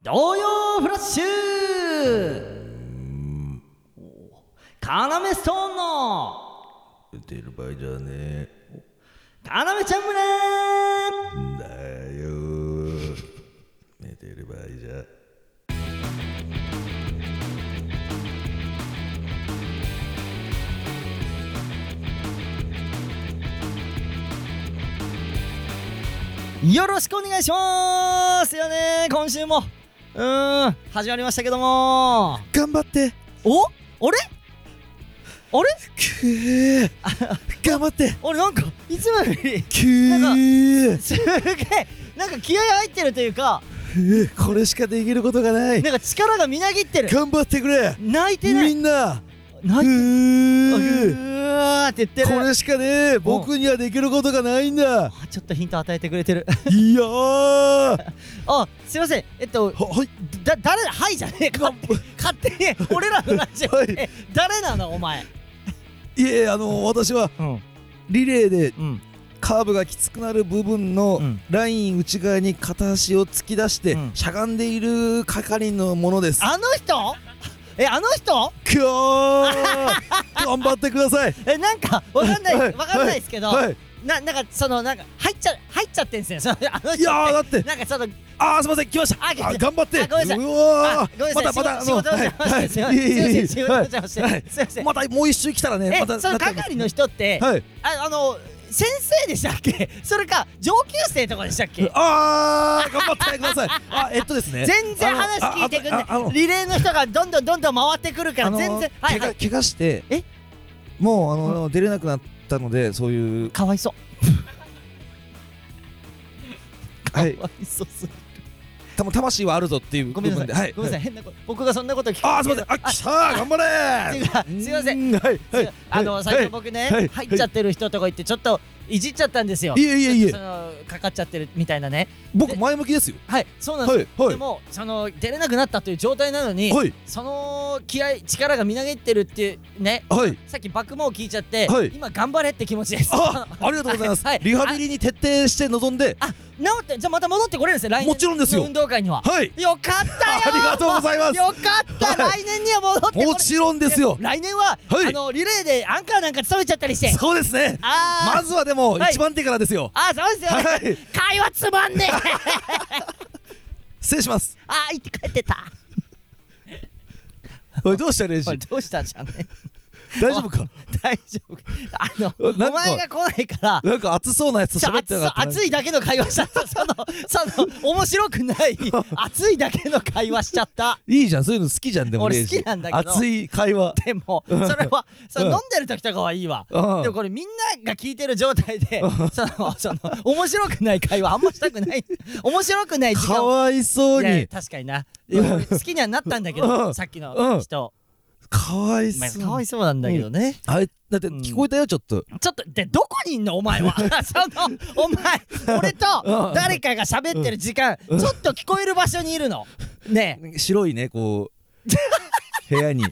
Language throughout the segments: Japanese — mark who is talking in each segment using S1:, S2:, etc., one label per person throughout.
S1: 童謡フラッシュカナメストーンの
S2: 言ってる場合じゃね
S1: カナメちゃん村
S2: えんだよ寝てる場合じゃ
S1: よろしくお願いしますよね今週もうーん始まりましたけども
S2: 頑張って
S1: おあれあれ
S2: くー頑張って
S1: あれなんかいつもより
S2: くー
S1: すげえなんか気合入ってるというか
S2: ふうこれしかできることがない
S1: なんか力がみなぎってる
S2: 頑張ってくれ
S1: 泣いてな
S2: み
S1: い
S2: んな
S1: 泣
S2: う
S1: いてう
S2: ー
S1: ーって言って
S2: こ
S1: る
S2: れしかね僕にはできることがないんだ
S1: あちょっとヒント与えてくれてる
S2: いやーは
S1: あすいませんえっと
S2: はい
S1: だ誰だはいじゃねえか勝手に俺らのラジオで、
S2: は
S1: 誰なのお前
S2: いえあの私は
S1: うん
S2: リレーで
S1: うん
S2: カーブがきつくなる部分の
S1: うん
S2: ライン内側に片足を突き出して
S1: うん
S2: しゃがんでいる係のものです
S1: あの人えあの人
S2: くよー 頑張ってください
S1: えなんかわかんない
S2: は
S1: わ
S2: い
S1: かんないですけど、
S2: はい
S1: ななんかそのなんか入っちゃ入っちゃってんすよそのあの人
S2: いやーだって
S1: なんかその
S2: あーすいません来ました
S1: あ
S2: あ
S1: 来た
S2: 頑張って
S1: あごめんなさいう
S2: わ
S1: あ
S2: ー
S1: ごめん
S2: ま
S1: な
S2: た
S1: さ
S2: また
S1: い仕事仕事の邪魔してすいませんすいません仕事の邪魔して
S2: はい
S1: すいません
S2: またもう一周来たらね
S1: え
S2: また
S1: その
S2: なっちゃう
S1: 係の人って、
S2: はい
S1: ああの先生でしたっけ それか上級生とかでしたっけ
S2: あー頑張ってくださいあえっとですね
S1: 全然話聞いてくんな
S2: ああああの
S1: いリレーの人がどんどんどんどん回ってくるか
S2: あ
S1: ら
S2: の
S1: 全然はい
S2: 怪
S1: は
S2: 我
S1: い
S2: 怪我して
S1: え
S2: もうあの出れなくなったのでそういう
S1: かわいそう
S2: はい
S1: かわいそうすぎ
S2: た魂はあるぞっていう
S1: ごめ
S2: 部
S1: んな
S2: 分では
S1: さい
S2: い
S1: ごめんなさい変なこと僕がそんなこと聞く
S2: あーすいませんあ来たー頑張れ
S1: って
S2: ー
S1: いうかすいません
S2: うーはいはいはい
S1: あの最初僕
S2: は
S1: ね
S2: い
S1: 入っちゃってる人とか言ってちょっといじっちゃったんですよ
S2: いえいえいえ
S1: そのかかっちゃってるみたいなね
S2: 僕前向きですよ
S1: はいそうなんです
S2: は
S1: よ
S2: いは
S1: でもその出れなくなったという状態なのに
S2: いはい
S1: その気合力がみなぎってるっていうね
S2: はい
S1: さっきバックモを聞いちゃって
S2: はい
S1: 今頑張れって気持ちです
S2: あありがとうございます
S1: はい
S2: リハビリに徹底して臨んで
S1: あ、治って、じゃあまた戻ってこれるんですね、来年の
S2: もちろんですよ
S1: 運動会には。
S2: はい
S1: よかったよ
S2: ありがとうございます
S1: よかった、
S2: は
S1: 来年には戻ってこれ
S2: もちろんですよ
S1: 来年は、
S2: はい
S1: あの、リレーでアンカーなんか務めちゃったりして。
S2: そうですね
S1: あー、
S2: まずはでも
S1: はい
S2: 一番手からですよ
S1: あ、そうですよね。
S2: はい
S1: 会話つまんねえ
S2: 失礼します
S1: あー、行って帰ってた。
S2: おいどうしたレイジ
S1: おいどうしたじゃんね。
S2: 大丈夫か
S1: 大丈夫。あの、
S2: なんか
S1: お前が来ないから、
S2: なんか熱そうなやつ
S1: ちょ
S2: 喋ってな
S1: 熱
S2: かった
S1: 熱いだけの会話しちゃった。その、その、面白くない、熱いだけの会話しちゃった。
S2: いいじゃんそういうの好きじゃんでも
S1: 俺
S2: レイジ
S1: 好きなんだけど
S2: 熱い会話
S1: でもそれはそれ
S2: うん
S1: 飲んでる時とかはいいわで
S2: うん
S1: もこれみんなが聞いてる状態でそのその面白くない会話あんましたくない面白くない時
S2: か
S1: 間を
S2: わいそう
S1: いやい
S2: に
S1: や確かになでも俺好きにはなったんだけ
S2: う
S1: ど
S2: ん
S1: さっきの人
S2: かわい
S1: まあ
S2: そう
S1: かわいそうなんだけどね
S2: あれだって聞こえたよちょっと
S1: ちょっとでどこにいんのお前は そのお前俺と誰かが喋ってる時間ちょっと聞こえる場所にいるのねえ
S2: 白いねこ う部屋に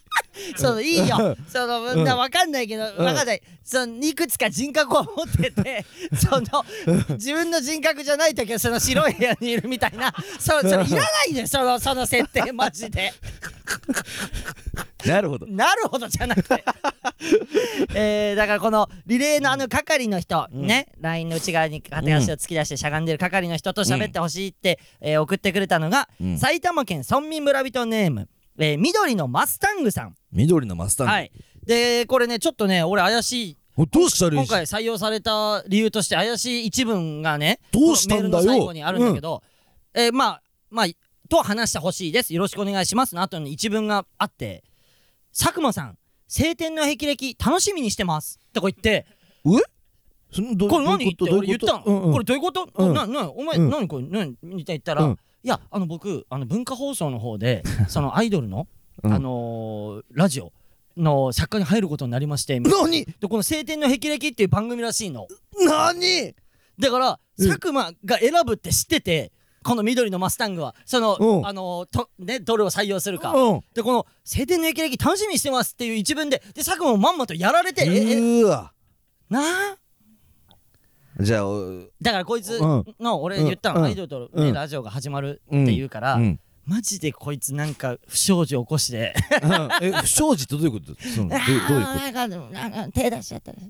S1: そのいいよ、その
S2: うん
S1: なわかんないけど、わ
S2: うん
S1: かんない、そのいくつか人格を持ってて、 その自分の人格じゃない時はその白い部屋にいるみたいな、そのそれいらないね、そのその設定、マジ で。
S2: なるほど
S1: なるほどじゃなくて、 えー、だからこのリレーのあの係の人、ね、ラインの内側に片足を突き出してしゃがんでる係の人と喋ってほしいって、えー送ってくれたのが、
S2: うん
S1: 埼玉県村民村人ネーム、えー緑のマスタングさん。
S2: 緑のマスタング
S1: はい。で、これね、ちょっとね、俺怪しい、
S2: おどうしたレイ
S1: 今
S2: ジ
S1: 回採用された理由として怪しい一文がね、
S2: どうしたんだ
S1: こ
S2: よ
S1: のメールの最後にあるんだけど、えーまあ、まあ、と話してほしいです。よろしくお願いします。の後に一文があって、佐久間さん、晴天の霹靂楽しみにしてます。とか言って、
S2: そんど
S1: これ何
S2: どういう
S1: って
S2: と
S1: 俺言ったの、
S2: どういうとうんうん
S1: これどういうこと、
S2: うん
S1: ななお前、
S2: うん
S1: 何これ何みたいに言ったら、
S2: うん
S1: いやあの僕あの文化放送の方 でそのアイドルの、
S2: うん
S1: あのーラジオの作家に入ることになりましてみたいな
S2: 何
S1: でこの「晴天の霹靂」っていう番組らしいの
S2: 何
S1: だから
S2: うん
S1: 佐久間が選ぶって知っててこの緑のマスタングはその、
S2: うん
S1: あのーとねどれを採用するか、
S2: うん
S1: でこの「晴天の霹靂」楽しみにしてますっていう一文でで佐久間もまんまとやられてええ
S2: うーわ
S1: なあ
S2: じゃあお
S1: だからこいつ
S2: うん
S1: の俺言った
S2: う
S1: の
S2: ん
S1: アイドルとね
S2: うん
S1: ラジオが始まるって言うから
S2: うん
S1: マジでこいつなんか不祥事起こして
S2: え不祥事ってどういうことそ のどうどういうこ
S1: なんかでもなんか手出しちゃったね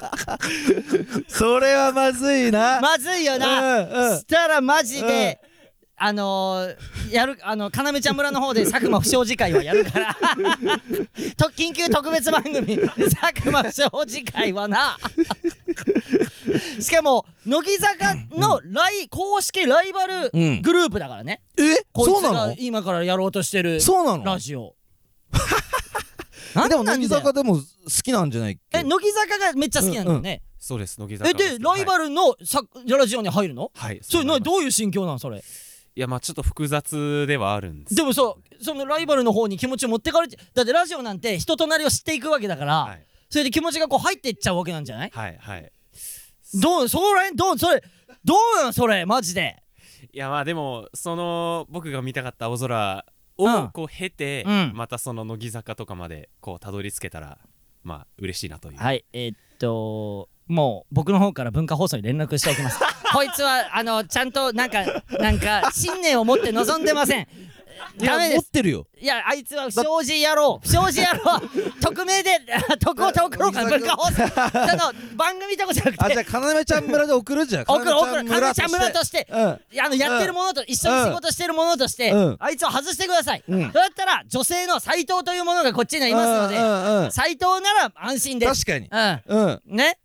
S2: とそれはまずい な
S1: まずいよな、
S2: うんうん
S1: したらマジで、あのー、やるあの要ちゃん村の方で佐久間不祥事会はやるから と緊急特別番組佐久間不祥事会はなしかも乃木坂のライ公式ライバル
S2: うん
S1: グループだからね、
S2: え
S1: こい
S2: そう
S1: つ
S2: な
S1: が
S2: の
S1: 今からやろうとしてる
S2: そうなの
S1: ラジオ
S2: え でも乃木
S1: な
S2: 坂
S1: んだよ
S2: でも好きなんじゃないっけ
S1: え乃木坂がめっちゃ好きなんだよね、
S3: そうです乃木坂
S1: えでライバ
S3: ル
S1: ルのさラジオに入るの
S3: はい
S1: それ
S3: うな
S1: な
S3: ります
S1: どういう心境なのそれ
S3: いやまあちょっと複雑ではあるんです
S1: でもさそのライバルの方に気持ちを持ってかれてだってラジオなんて人となりを知っていくわけだから、
S3: はい
S1: それで気持ちがこう入っていっちゃうわけなんじゃない
S3: はいはい
S1: どうそこら辺どうそれどうなんそれマジで
S3: いやまあでもその僕が見たかった青空
S1: うん
S3: をこう経て、
S1: うん
S3: またその乃木坂とかまでこうたどり着けたらまあ嬉しいなという、
S1: はいえっともう僕の方から文化放送に連絡しておき ますこいつはあのちゃんとなんかなんか信念を持って臨んでません
S2: いや
S1: ダメで
S2: 持っ
S1: す
S2: てるよ
S1: いやあいつは不祥事野郎不祥事野郎匿名で徳を投稿から文化放送 その番組とかじゃなくて
S2: あじゃあ要ちゃん村で送るじゃん
S1: 送る送る
S2: 要
S1: 金ちゃん村として
S2: うん
S1: あのやってるものと一緒に仕事してるものとして、
S2: うん
S1: あいつを外してください、
S2: うん
S1: だったら女性の斎藤というものがこっちにはいますので、
S2: うんうんうん
S1: 斎藤なら安心です
S2: 確かに
S1: か
S2: うん
S1: うん ね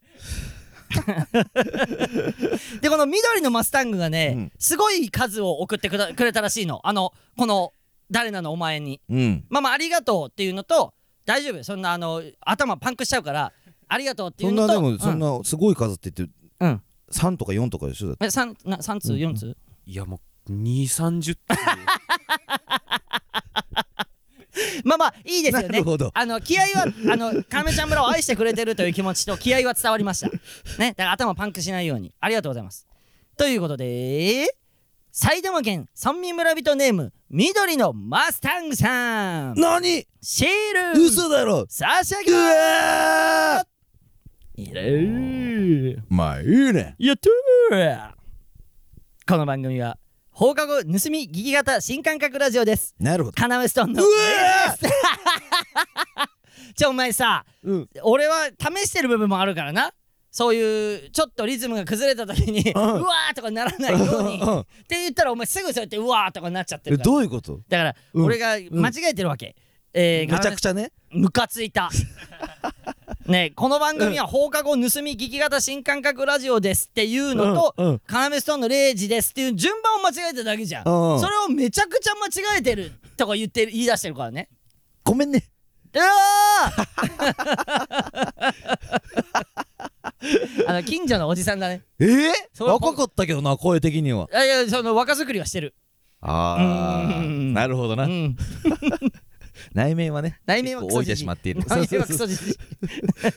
S1: でこの緑のマスタングがね、
S2: うん
S1: すごい数を送ってくだくれたらしいのあのこの「誰なのお前に」
S2: うん
S1: まあまあありがとうっていうのと大丈夫そんなあの頭パンクしちゃうからありがとうってい
S2: そ
S1: うんの
S2: な
S1: と
S2: でもそん
S1: う
S2: なすごい数って言って
S1: うん
S2: 3とか4とかでしょだって
S1: え三な三通4通、
S3: いやもう2三3 0
S1: まあまあいいですよね
S2: なるほど
S1: あの気合はあのカメちゃん村を愛してくれてるという気持ちと気合は伝わりましたねだから頭パンクしないようにありがとうございますということで埼玉県村民村人ネーム緑のマスタングさん
S2: 何
S1: シール
S2: 嘘だろ
S1: 差し上
S2: う
S1: げますい
S2: わー
S1: る
S2: まあいいね
S1: やったーこの番組は放課後盗み聞き型新感覚ラジオです
S2: なるほど
S1: カナメストーンの
S2: うわー
S1: ちょお前さ
S2: うん
S1: 俺は試してる部分もあるからなそういうちょっとリズムが崩れた時に、う
S2: うん
S1: わーとかならないよう にって言ったらお前すぐそうやってうわーとかなっちゃって
S2: え
S1: るから
S2: どういうこと
S1: だから
S2: うん
S1: 俺が間違えてるわけ、え
S2: め
S1: ー
S2: ちゃくちゃね
S1: ムカつい たねえこの番組は放課後盗み聞き型新感覚ラジオですっていうのと、
S2: うんうん
S1: カナメストーンの0時ですっていう順番を間違えてるだけじゃん、
S2: うんうん
S1: それをめちゃくちゃ間違えてるとか言ってる言い出してるからね
S2: ごめんね
S1: うわー あの近所のおじさんだね
S2: えー
S1: そう
S2: 若かったけどな声的にはい
S1: やいやその若作りはしてる
S2: あ
S1: う
S2: ー
S1: ん
S2: なるほど
S1: う
S2: なん内面はね
S1: 内面はク
S2: 結構
S1: ソ
S2: 老い
S1: じ
S2: て
S1: じ
S2: し
S1: い
S2: まっている
S1: 内面はクソじじい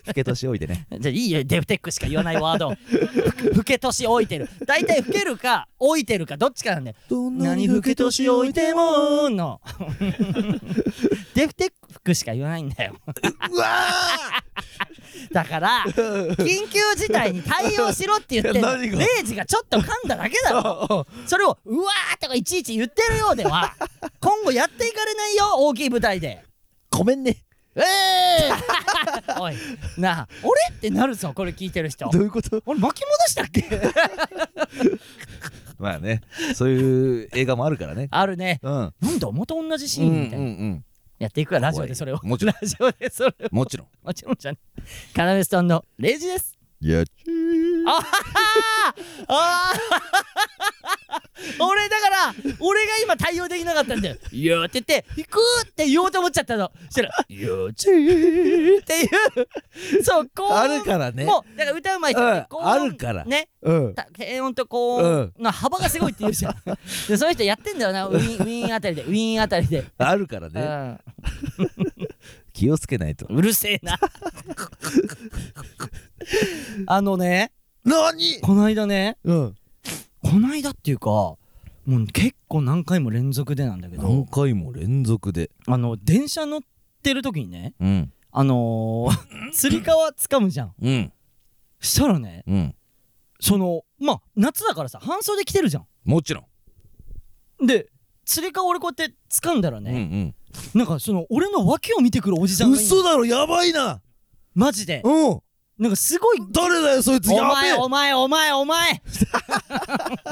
S2: 老け年老いてね
S1: じゃあいいよデフテックしか言わないワードふふけ年老いてる大体ふけるか老いてるかどっちかなんだよ
S2: ど
S1: 何ふけ年老いてもの デフテックしか言わないんだよ
S2: うわ
S1: だから緊急事態に対応しろって言ってんの
S2: 何が
S1: レイジがちょっと噛んだだけだろ
S2: ー
S1: それを「うわ!」とかいちいち言ってるようで は今後やっていかれないよ大きい舞台で。
S2: ごめんね
S1: えー、 おいなあ俺ってなるぞこれ聞いてる人
S2: どういうこと
S1: 俺巻き戻したっけ
S2: まあねそういう映画もあるからね
S1: あるね
S2: うん
S1: なんだまた同じシ
S2: う
S1: ー
S2: んう
S1: ンみたいな、
S2: ん
S1: やっていくわラジオでそれを
S2: 怖いもちろん
S1: ラジオでそれを
S2: もちろん
S1: もちろんじゃねカナメストーンのレイジです
S2: いや
S1: ああ 俺だから俺が今対応できなかったんだよ「いや」って言って「行く!」って言おうと思っちゃったのそしたら「いやちー」っていうそう高音
S2: あるからね
S1: もうだから歌うまい人って高音、
S2: うんあるから
S1: ね
S2: うん
S1: た低音と高音の幅がすごいって言うじゃん、でその人やってんだよなウィンウィンあたりでウィンあたりで、
S2: あるから
S1: う
S2: ね
S1: ん、
S2: 気をつけないと
S1: うるせえな あのね
S2: 何
S1: この間ね
S2: うん
S1: こないだっていうかもう結構何回も連続でなんだけど
S2: 何回も連続で
S1: あの電車乗ってる時にね
S2: うん
S1: あのー、 つり革掴むじゃん
S2: うん
S1: したらね
S2: うん
S1: そのまあ夏だからさ半袖着てるじゃん
S2: もちろん
S1: で釣り革俺こうやって掴んだら
S2: うんう
S1: ね、
S2: ん
S1: なんかその俺の脇を見てくるおじさんがいんの
S2: 嘘だろやばいな
S1: マジで
S2: うん
S1: なんかすごい
S2: 誰だよそいつ
S1: お
S2: やべ
S1: 前
S2: え
S1: お前お前お前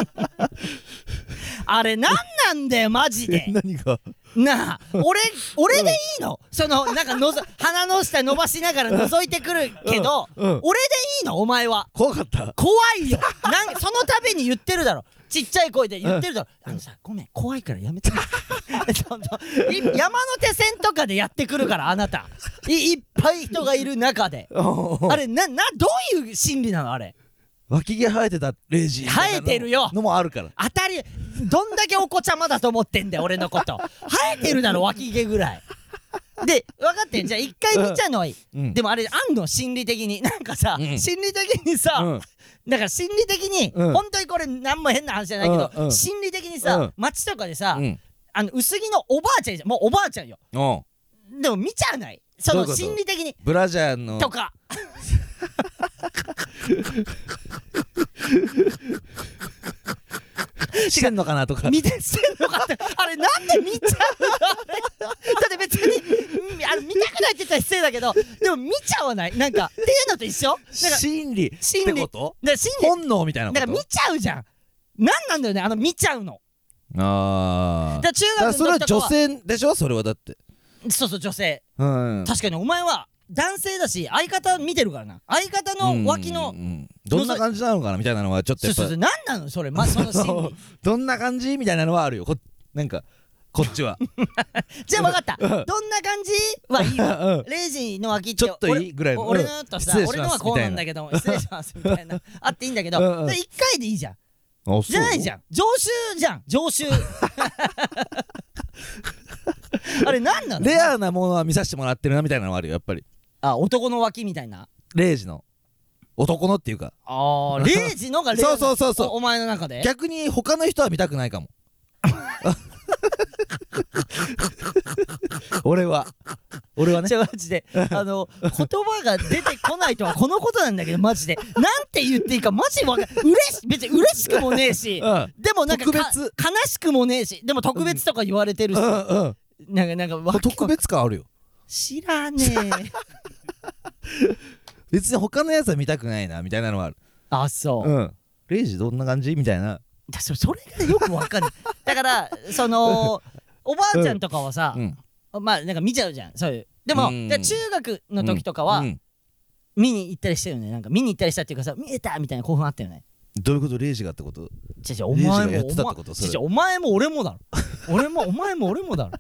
S1: あれなんなんだよマジで
S2: え何が
S1: なあ俺俺でいいの、そのなんかの ぞ鼻の下伸ばしながら覗いてくるけど、
S2: うんうん
S1: 俺でいいのお前は
S2: 怖かった
S1: 怖いよなんかそのたびに言ってるだろちっちゃい声で言ってるだろ、あのさごめん怖いからやめて そのい山手線とかでやってくるからあなたいいっぱい人がいる中であ
S2: あれ
S1: れななどういう心理なのあれ
S2: 脇毛生えてたレイジ
S1: 生えてるよ
S2: のもあるから
S1: 当たりどんだけお子ちゃまだと思ってんだよ俺のこと生えてるだろ脇毛ぐらいで分かってんじゃあ一回見ちゃうのはいい、
S2: うん
S1: でもあれあんの心理的になんかさ、
S2: うん
S1: 心理的にさ、
S2: うん
S1: だから心理的に、
S2: うん
S1: 本当にこれ何も変な話じゃないけど、
S2: うんうん
S1: 心理的にさ、
S2: うん
S1: 街とかでさ、
S2: うん
S1: あの薄着のおばあちゃんじゃんもうおばあちゃんよ
S2: うん
S1: でも見ちゃわないそ
S2: どう
S1: の
S2: いうこと
S1: 心理的に
S2: ブラジャーの
S1: とか
S2: してんのかなとか
S1: 見てしてんのかってあれなんで見ちゃうのあれだって別にうんあれ見たくないって言ったら失礼だけどでも見ちゃわないなんかっていうのと一緒なんか
S2: 心理っ
S1: 心理
S2: てこと
S1: だから心理
S2: 本能みたいな
S1: だ
S2: こ
S1: から
S2: と
S1: 見ちゃうじゃんなんなんだよねあの見ちゃうの
S2: あ
S1: だから
S2: ー
S1: 中
S2: だから
S1: 学
S2: それ
S1: の
S2: は
S1: 時とかは
S2: 女性でしょそれはだって
S1: そうそう女性
S2: うん
S1: 確かにお前は男性だし相方見てるからな相方の脇の
S2: うんうんうんどんな感じなのかなみたいなのはちょっ
S1: そ
S2: と
S1: う
S2: やっぱ
S1: そうそうなんなのそれまその心理
S2: どんな感じみたいなのはあるよこなんかこっちは
S1: じゃあ分かった
S2: うん
S1: どんな感じはい いわ
S2: うん
S1: レイジの脇って
S2: ちょっといいぐらいの
S1: 俺のとさ
S2: うん失
S1: 俺
S2: 礼し
S1: の
S2: ます
S1: はこうなんだけど失礼しますみた いなあっていいんだけど
S2: うんうん
S1: で一回でいいじゃん
S2: あ
S1: じゃないじ
S2: ゃん
S1: ゃん常習じゃん常 習あれなんなの
S2: レアなものは見させてもらってるなみたいなのはあるよやっぱり
S1: あ男の脇みたいな
S2: レイジの男のっていうか
S1: あレイジのがレアなの
S2: そうそうそうそう
S1: おお前の中で
S2: 逆に他の人は見たくない かも俺は俺はね
S1: じゃあマジであの言葉が出てこないとはこのことなんだけどマジでなんて言っていいかマジわかん嬉し別に嬉しくもねえし
S2: うん
S1: でもなんかか
S2: 特
S1: 悲
S2: 別
S1: しくもねえしでも特別とか言われてるし、
S2: うんうん
S1: なんかなんかわけわ
S2: 特別感あるよ
S1: 知らねえ
S2: 別に他のやつは見たくないなみたいな のはある
S1: あそう、
S2: うんレイジどんな感じみたいな
S1: だそそれがよくわかんない だからそのおばあちゃんとかはさ、
S2: うん
S1: まあなんか見ちゃうじゃんそういうでも、
S2: うん
S1: だから中学の時とかは、
S2: うん
S1: 見に行ったりしたよねなんか見に行ったりしたっていうかさ見えたみたいな興奮あったよね
S2: どういうことレイジがってこと
S1: じゃじゃお前
S2: レイジがやっ
S1: も
S2: てたってこと
S1: お前
S2: それ
S1: じゃじゃお前も俺もだろ 俺もお前も俺もだろ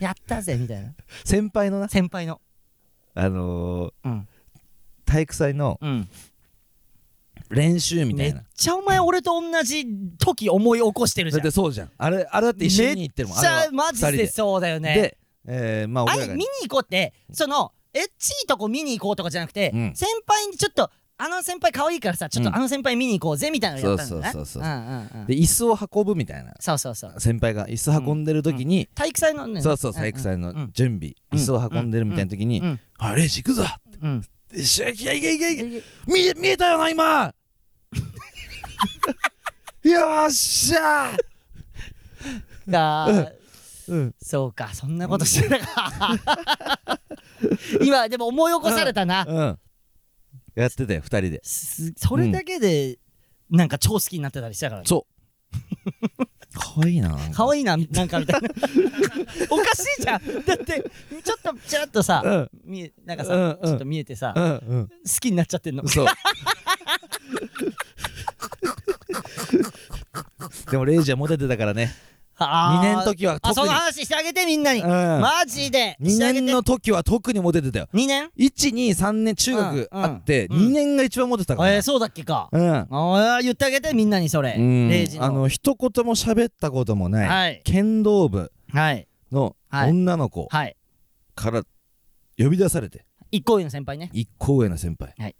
S1: やったぜみたいな
S2: 先輩のな
S1: 先輩の
S2: あの
S1: う
S2: ー
S1: ん
S2: 体育祭の
S1: うん
S2: 練習みた
S1: め
S2: い
S1: っ
S2: な
S1: ちゃお前俺と同じ時思い起こしてるじ
S2: だ
S1: ゃ
S2: っ
S1: ん
S2: てそうじゃんあれあれだって一緒に行ってるもん
S1: めっち
S2: あれ
S1: ゃ
S2: は
S1: マジ
S2: 二人
S1: でそうだよね
S2: でえーまあ
S1: あ
S2: 俺
S1: れ
S2: らが
S1: 見に行こうってそのエッチいとこ見に行こうとかじゃなくて、
S2: うん
S1: 先輩にちょっとあの先輩可愛いからさちょっ
S2: う
S1: と
S2: ん
S1: あの先輩見に行こうぜみたいなのやったんだね
S2: そうそうそうそうん
S1: うんうん
S2: で椅子を運ぶみたいな
S1: そうそうそう
S2: 先輩が椅子運んでる時に
S1: 体育祭のね
S2: そうそう体育祭
S1: うんう
S2: の
S1: ん
S2: 準備
S1: うん
S2: 椅子を運んでるみたいな時
S1: う
S2: に
S1: ん
S2: 「あレイジ行くぞ!」
S1: うん
S2: よっしゃいけいけいけいけ見え見えたよな今 よっしゃー
S1: が、
S2: うん
S1: そうかそんなことしてなかった 今でも思い起こされたな、
S2: うんやってたよ二人です
S1: それだけで、なんか超好きになってたりしたからね
S2: そう可愛いななんか
S1: 可愛いななんかみ たいなおかしいじゃんだってちょっとちらっとさ、
S2: うん
S1: 見えなんかさ、
S2: うんうん
S1: ちょっと見えてさ、好
S2: うんうん
S1: きになっちゃってん の
S2: そうでもレイジはモテてたからね
S1: あー
S2: 二年の時は
S1: あ
S2: 特に
S1: その話してあげてみんなに、
S2: うん
S1: マジで
S2: 2
S1: してあげ
S2: 年
S1: て
S2: の時は特にモテてたよ
S1: 2年
S2: 123年中学
S1: うん
S2: あって
S1: うん
S2: 2年が一番モテたから
S1: え
S2: ね
S1: ー、そうだっけか、
S2: うん
S1: ああ言ってあげてみんなにそれ、
S2: うん
S1: レイジの
S2: あの一言も喋ったこともない
S1: はい
S2: 剣道部
S1: はい
S2: の
S1: はい
S2: 女の子
S1: はい
S2: から呼び出されて
S1: 一個上の先輩ね
S2: 一個上の先輩
S1: はい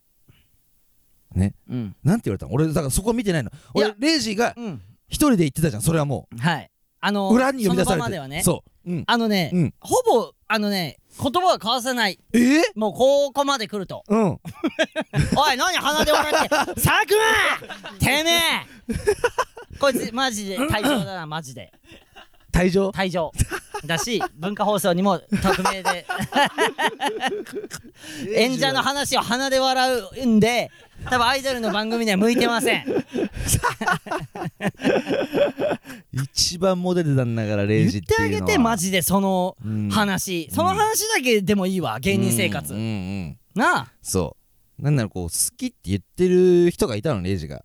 S2: ね
S1: うん
S2: なんて言われたの俺だからそこ見てないの
S1: いや
S2: 俺レイジが
S1: うん
S2: 一人で行ってたじゃんそれはも
S1: はいあの
S2: う裏に呼び出さ
S1: その場ま
S2: れ
S1: では
S2: て
S1: ね
S2: そううん
S1: あのね、
S2: うん
S1: ほぼあのね言葉は交わさない
S2: えー
S1: もうここまで来る と
S2: うん
S1: お い何鼻で笑って佐久間てめえこいつマジで退場だなマジで
S2: 退場
S1: 退場だし文化放送にも匿名 で演者の話を鼻で笑うんで多分アイドルの番組には向いてません
S2: 一番モデルなんだからレイ
S1: 言
S2: ジっ
S1: ってて
S2: い
S1: あ
S2: う
S1: げ
S2: のは
S1: てマジでその
S2: うん
S1: 話、その話だけでもいいわ芸人生活、
S2: うんうんうん
S1: なあ
S2: そうなんならこう好きって言ってる人がいたのレイジが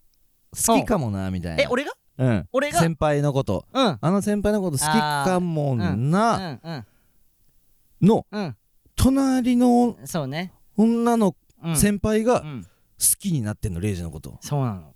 S2: 好きかもなみたいな
S1: え俺が
S2: うん
S1: 俺が
S2: 先輩のこと
S1: うんうん
S2: あの先輩のこと好きかもな
S1: うん
S2: の
S1: うん
S2: 隣の
S1: そうね
S2: 女の
S1: うん
S2: 先輩が
S1: う
S2: 好
S1: ん
S2: きになってんのレイジのこと
S1: そうなの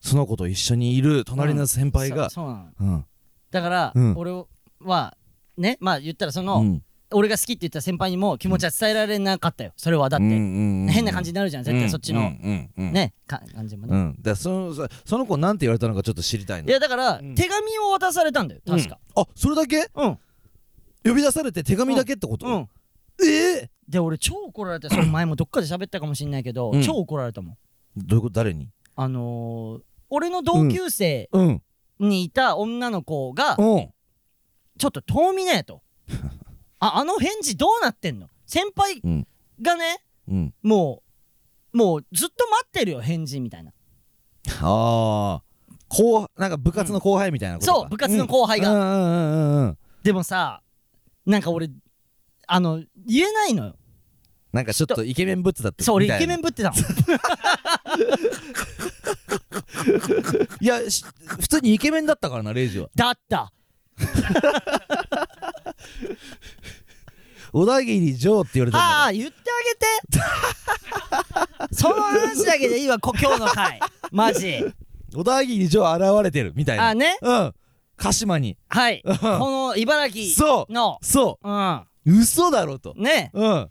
S2: その子と一緒にいる隣の先輩が
S1: そうそうなの
S2: うん
S1: だから、
S2: うん
S1: 俺はねまあ言ったらそうの、
S2: ん
S1: 俺が好きって言った先輩にも気持ちは伝えられなかったよそれはだって、変
S2: 変
S1: な感じになるじゃん絶対そっちの、
S2: ね
S1: ねか感じも
S2: う
S1: ね、
S2: ん、だからそのそその子なんて言われたのかちょっと知りたいの
S1: いやだから、
S2: うん
S1: 手紙を渡されたんだよ確か
S2: あそれだけ
S1: うん
S2: 呼び出されて手紙だけってこと、
S1: うん、
S2: ええ
S1: で俺超怒られたその前もどっかで喋ったかもしんないけど、
S2: うん
S1: 超怒られたもん
S2: どういうこと誰に
S1: あのー、俺の同級生
S2: うん
S1: にいた女の子が、
S2: うん
S1: ちょっと遠見ねえ とああの返事どうなってんの先輩
S2: うん
S1: がね
S2: うん
S1: もうもうずっと待ってるよ返事みたいな
S2: ああ後なんか部活の後輩みたいなことか、
S1: そう部活の後輩が、
S2: うんうんうんうんうん
S1: でもさなんか俺あの言えないのよ
S2: なんかちょっとイケメンブッツだった
S1: そう俺
S2: みた
S1: イ
S2: い
S1: ケメ
S2: な
S1: ンぶってたの
S2: いやし普通にイケメンだったからなレイジは
S1: だった
S2: 小田切ジョーって言われたんだ
S1: あ
S2: か
S1: あ言ってあげて その話だけでいいわこ今日の 回マジ
S2: ら小田切ジョー現れてるみたいな
S1: あね
S2: うん鹿島に
S1: はい
S2: うん
S1: この茨城
S2: そ
S1: の
S2: うそうう嘘だろと
S1: んね
S2: うん。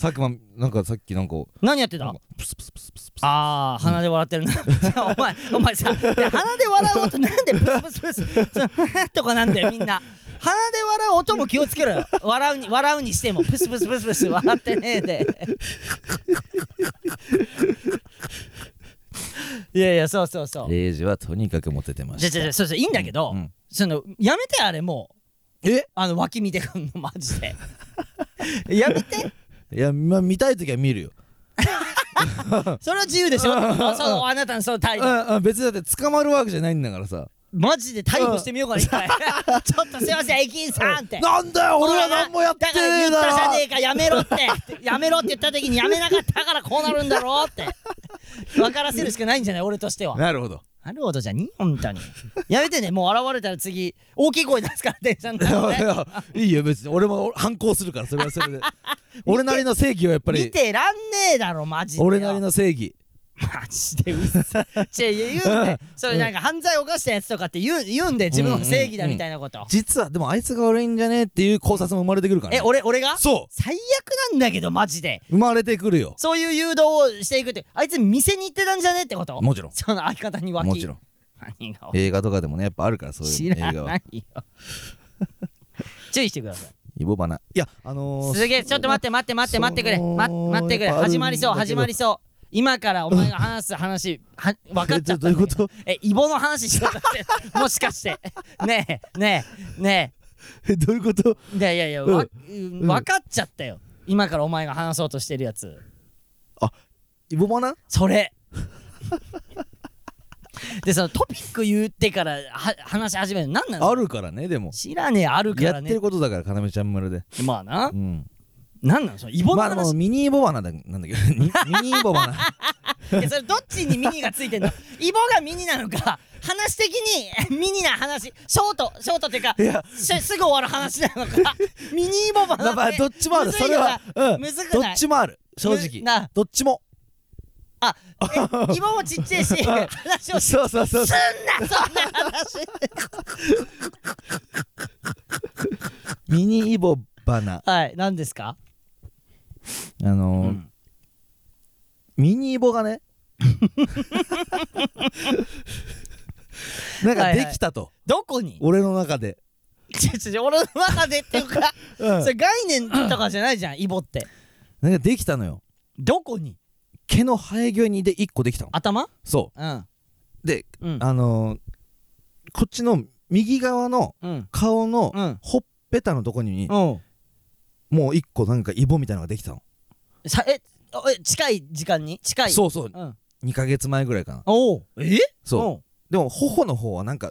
S2: 佐久間なんかさっきなんか
S1: 何やってた
S2: なんかプスプスプスプスプス
S1: あー鼻で笑ってるな お前お前さで鼻で笑う音なんでブスブスブスそのとかなんだよみんな鼻で笑う音も気をつけろよ笑うに笑うにしてもプスプスプスプス笑ってねえ でいやいやそうそうそう
S2: レイジはとにかくモテてま
S1: じゃ
S2: し
S1: じ
S2: た
S1: ゃじゃそうそういいんだけど、
S2: うん
S1: そのやめてあれもう
S2: え
S1: あの脇見てくんのマジ でやめて
S2: いやまあ見たい時は見るよ
S1: それは自由で しょ
S2: うんうんうん
S1: そのあなたのその態
S2: う
S1: 度
S2: んうん別にだって捕まるわけじゃないんだからさ
S1: マジで逮捕してみようかな、一回 ちょっとすいません駅員さんって
S2: なんだよ俺は
S1: は
S2: 何もやってねえ
S1: だ
S2: だ
S1: から言ったじゃね
S2: ろ
S1: えかやめろってやめろって言った時にやめなかったからこうなるんだろう って分からせるしかないんじゃない俺としては
S2: なるほど
S1: なるほどじゃに本当にやめてねもう現れたら次大きい声出すから電車の
S2: い
S1: 中
S2: やい
S1: で
S2: やいいよ別に俺も反抗するからそれはそれ で俺なりの正義をやっぱ
S1: 見
S2: り
S1: てらんねえだろマジでよ
S2: 俺なりの正義
S1: マジでうっさ違う言うんだよそれなんか犯罪を犯したやつとかって言う言うんで自分の正義だみたいなこと
S2: 実はでもあいつが悪いんじゃねえっていう考察も生まれてくるからね
S1: え俺俺が
S2: そ
S1: 最悪なんだけどマジで
S2: う生まれてくるよ
S1: そういう誘導をしていくってあいつ店に行ってたんじゃねってこと
S2: もちろん
S1: その相方に脇
S2: もちろん
S1: 何が
S2: 映画とかでもねやっぱあるからそう
S1: 知
S2: いう映
S1: ら
S2: 画
S1: な
S2: はい
S1: よ注意してください
S2: イボバナいやあのー、
S1: すげえちょっと待っ て待って待って待ってくれ
S2: その
S1: ま待ってくれ
S2: やっぱある
S1: 始
S2: んだけど
S1: まりそう始まりそう今からお前が話す話は分かっちゃったんだけ
S2: どういうこと
S1: えイボの話しようかってもしかしてねえねえね
S2: えどういうこと
S1: えいやいやいや、
S2: うん
S1: わうん分かっちゃったよ今からお前が話そうとしてるやつ
S2: イボバナ
S1: それ でそのトピック言ってからは話し始めるの何なの
S2: あるからねでも
S1: 知らねえあるか
S2: や
S1: ら
S2: って
S1: ね
S2: ることだから要ちゃん村で
S1: まあな
S2: うん
S1: 何なのそのイボの
S2: まあで
S1: 話、
S2: もミニイボバナだなんだけど ミミニイ ボバナ
S1: いやそれどっちにミニがついてんの イボがミニなのか話的にミニな話ショートショートっていうか
S2: いや
S1: しすぐ終わる話なの かミニイボバ
S2: まあ
S1: ナ
S2: まあ
S1: って
S2: どっちもある
S1: むず
S2: そ
S1: い
S2: れ
S1: よ
S2: は
S1: な
S2: うん
S1: むずく
S2: ど
S1: ない
S2: っちもある正直
S1: むな
S2: どっちも
S1: あえイボもちっちゃい し話をし
S2: そうそうそう
S1: すんなそんな話
S2: ミニイボバナ
S1: はい何ですか
S2: あのー
S1: うん
S2: ミニイボ がねなんかできたと、
S1: どこに
S2: 俺の中で、
S1: ちょちょ俺の中でっていうか
S2: うん
S1: それ概念とかじゃないじゃんイボって
S2: なんかできたのよ
S1: どこに
S2: 毛の生え際にで1個できたの
S1: 頭
S2: そ
S1: うん
S2: うで
S1: うん
S2: あのーこっちの右側の
S1: うん
S2: 顔の
S1: うん
S2: ほっぺたのとこに
S1: うん
S2: もう1個なんかイボみたいなのができたの
S1: さえあえ近い時間に近いう、
S2: そうそう
S1: うん、
S2: 2ヶ月前ぐらいかな
S1: おおえ
S2: そう
S1: う
S2: でも頬の方はなんか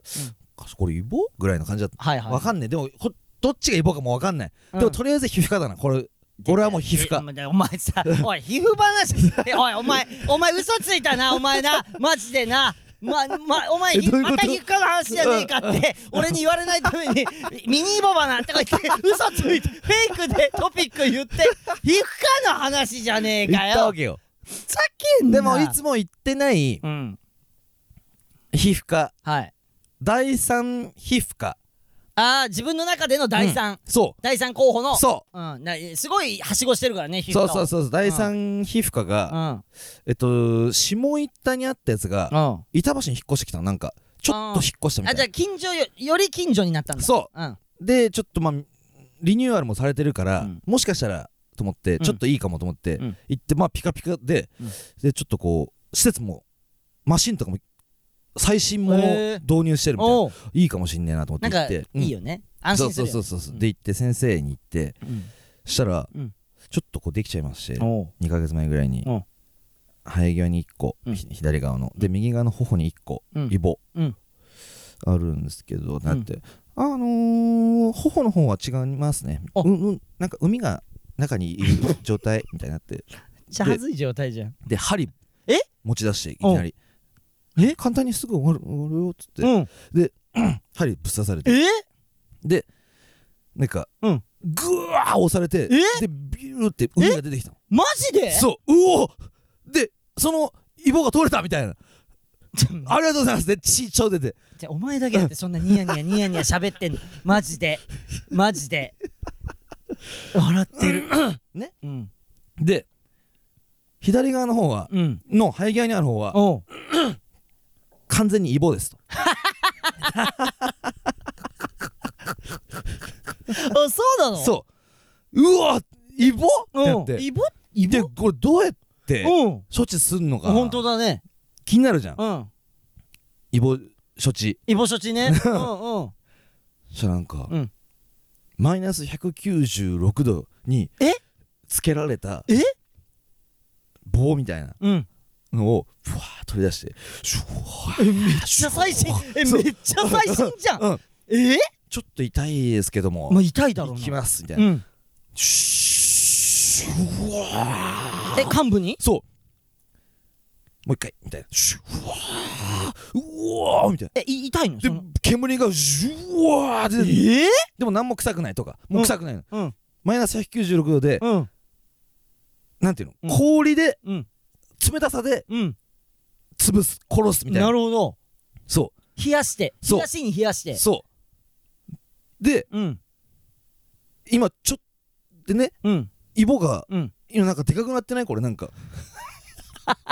S2: あこれイボぐらいの感じだった
S1: はいはい
S2: わかんねえでもこどっちがイボかもわかんない
S1: うん
S2: でもとりあえず皮膚科だなこれ俺はもう皮膚科
S1: えお前さおい皮膚話えおいお前お前嘘ついたなお前なマジでなま、ま、お前
S2: えどういうこと
S1: また皮膚科の話じゃねえかって俺に言われないためにミニイボバなんて言って 嘘ついてフェイクでトピック言って皮膚科の話じゃねえ
S2: 行
S1: か
S2: った
S1: よ
S2: わけよ
S1: ふざけんな
S2: でもいつも行ってない
S1: うん
S2: 皮膚科
S1: はい
S2: 第三皮膚科
S1: ああ自分の中での第三、
S2: そ
S1: 第三候補の、
S2: うそう
S1: ん、なすごいはしごしてるからね皮
S2: う
S1: 膚科
S2: そ
S1: を
S2: うそうそうそう第三皮膚科
S1: う
S2: が
S1: んうん
S2: えっと下板にあったやつが
S1: あ
S2: 板橋に引っ越してきたのなんかちょっと引っ越したみたい
S1: じゃあ近所よより近所になったん
S2: な
S1: だ
S2: そう
S1: うん
S2: うでちょっとまあリニューアルもされてるから、
S1: うん
S2: もしかしたらと思って
S1: ん
S2: ちょっといいかもと思って、
S1: うん
S2: 行ってまあピカピカで、
S1: うん
S2: でちょっとこう施設もマシンとかも最新もの
S1: へー
S2: 導入してるみたいな、
S1: おう
S2: いいかもしんねえなと思
S1: なん
S2: って行
S1: か
S2: っ
S1: い
S2: て
S1: いよね、安心するよ
S2: そううそうそうそう、
S1: ん
S2: で行って先生に行って
S1: ん
S2: したら、
S1: うん
S2: ちょっとこうできちゃいまして
S1: おう
S2: 2ヶ月前ぐらいに、
S1: うん
S2: 生え際に1個、
S1: うん
S2: ひ左側ので右側の頬に1個、
S1: うん
S2: イボ、
S1: うん
S2: あるんですけどだって、あのー、頬の方は違いますね
S1: あ
S2: うんうんなんか海が中にいる状態みたいになって
S1: じゃあはずい状態じゃん
S2: で針
S1: え
S2: 持ち出していきなりえ簡単にすぐ終わる終わるよっつって、
S1: うん
S2: 針ぶっ刺されて
S1: えー、
S2: でなんか、
S1: うん
S2: ぐわー押されてで
S1: え
S2: ビューって海が出てきたの
S1: マジで
S2: そううおーでそのイボが取れたみたいな
S1: ちょ
S2: ありがとうございますでちちょ出て
S1: じゃあお前だけだってそんなニヤニヤニヤニヤ喋ってんのマジでマジで笑ってる
S2: ね
S1: うん
S2: で左側の方は
S1: うん
S2: の生え際にある方は
S1: おう
S2: 完全にイボですと
S1: あそうなの
S2: そううわイボってなっ
S1: うん
S2: て
S1: イボ
S2: でこれどうやって
S1: うん
S2: 処置すんのか
S1: 本当だね
S2: 気になるじゃん
S1: うん
S2: イボ処置
S1: イボ処置ねうんうん
S2: そしたらなんか、
S1: うん
S2: マイナス196度に
S1: え
S2: つけられた
S1: え
S2: 棒みたいな
S1: うん
S2: のをふわー取り出してシュワー
S1: えめっちゃ最新え
S2: そう
S1: めっちゃ最新じゃん
S2: うん
S1: え
S2: ちょっと痛いですけども、
S1: まあ痛いだろう
S2: 行
S1: な
S2: きますみたいうな、
S1: ん
S2: シュワー
S1: え幹部に
S2: そうもう一回みたいなシュワーうわーみたい
S1: えい痛いのそ
S2: なで
S1: の
S2: 煙がシュワーって出て
S1: え
S2: でも何も臭くないとかもう臭くないの、
S1: うん
S2: マイナス196度で、
S1: うん
S2: なんていうの、
S1: うん
S2: 氷で
S1: うん
S2: 冷たさで
S1: うん
S2: 潰す殺すみたいな
S1: なるほど
S2: そ
S1: 冷やして
S2: そ
S1: 冷
S2: う
S1: やしに冷やし
S2: う
S1: て
S2: そうで
S1: うん
S2: 今ちょっでね
S1: うん
S2: イボが
S1: うん
S2: 今なんかでかくなってないこれな んか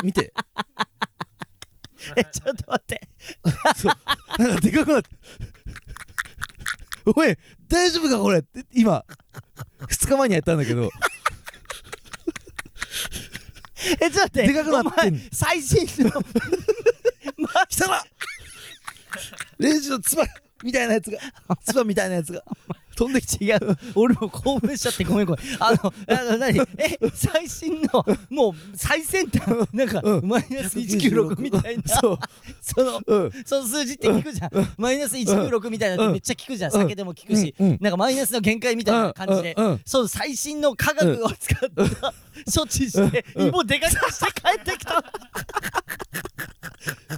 S2: 見て
S1: えちょっと待って
S2: なんかでかくなっておい大丈夫かこれって今2日前にやったんだけど
S1: えちょっと待って
S2: でかくなって
S1: お前
S2: ん
S1: 最新 のマ
S2: 貴様レジの唾みたいなやつが唾みたいなやつが飛んでき
S1: ジ違う俺も興奮しちゃってごめんごめんあのあの何え最新のもう最先端なんか
S2: うん
S1: マイナス196みたいな
S2: そう
S1: その
S2: うん
S1: その数字って聞くじゃん、マイナス196みたいなのってめっちゃ聞くじゃん、
S2: うん
S1: 酒でも聞くし、
S2: うんうん
S1: なんかマイナスの限界みたいな感じで、
S2: うんうん
S1: その最新の科学を使った、処置して、
S2: うん
S1: イボでかくして帰ってきた、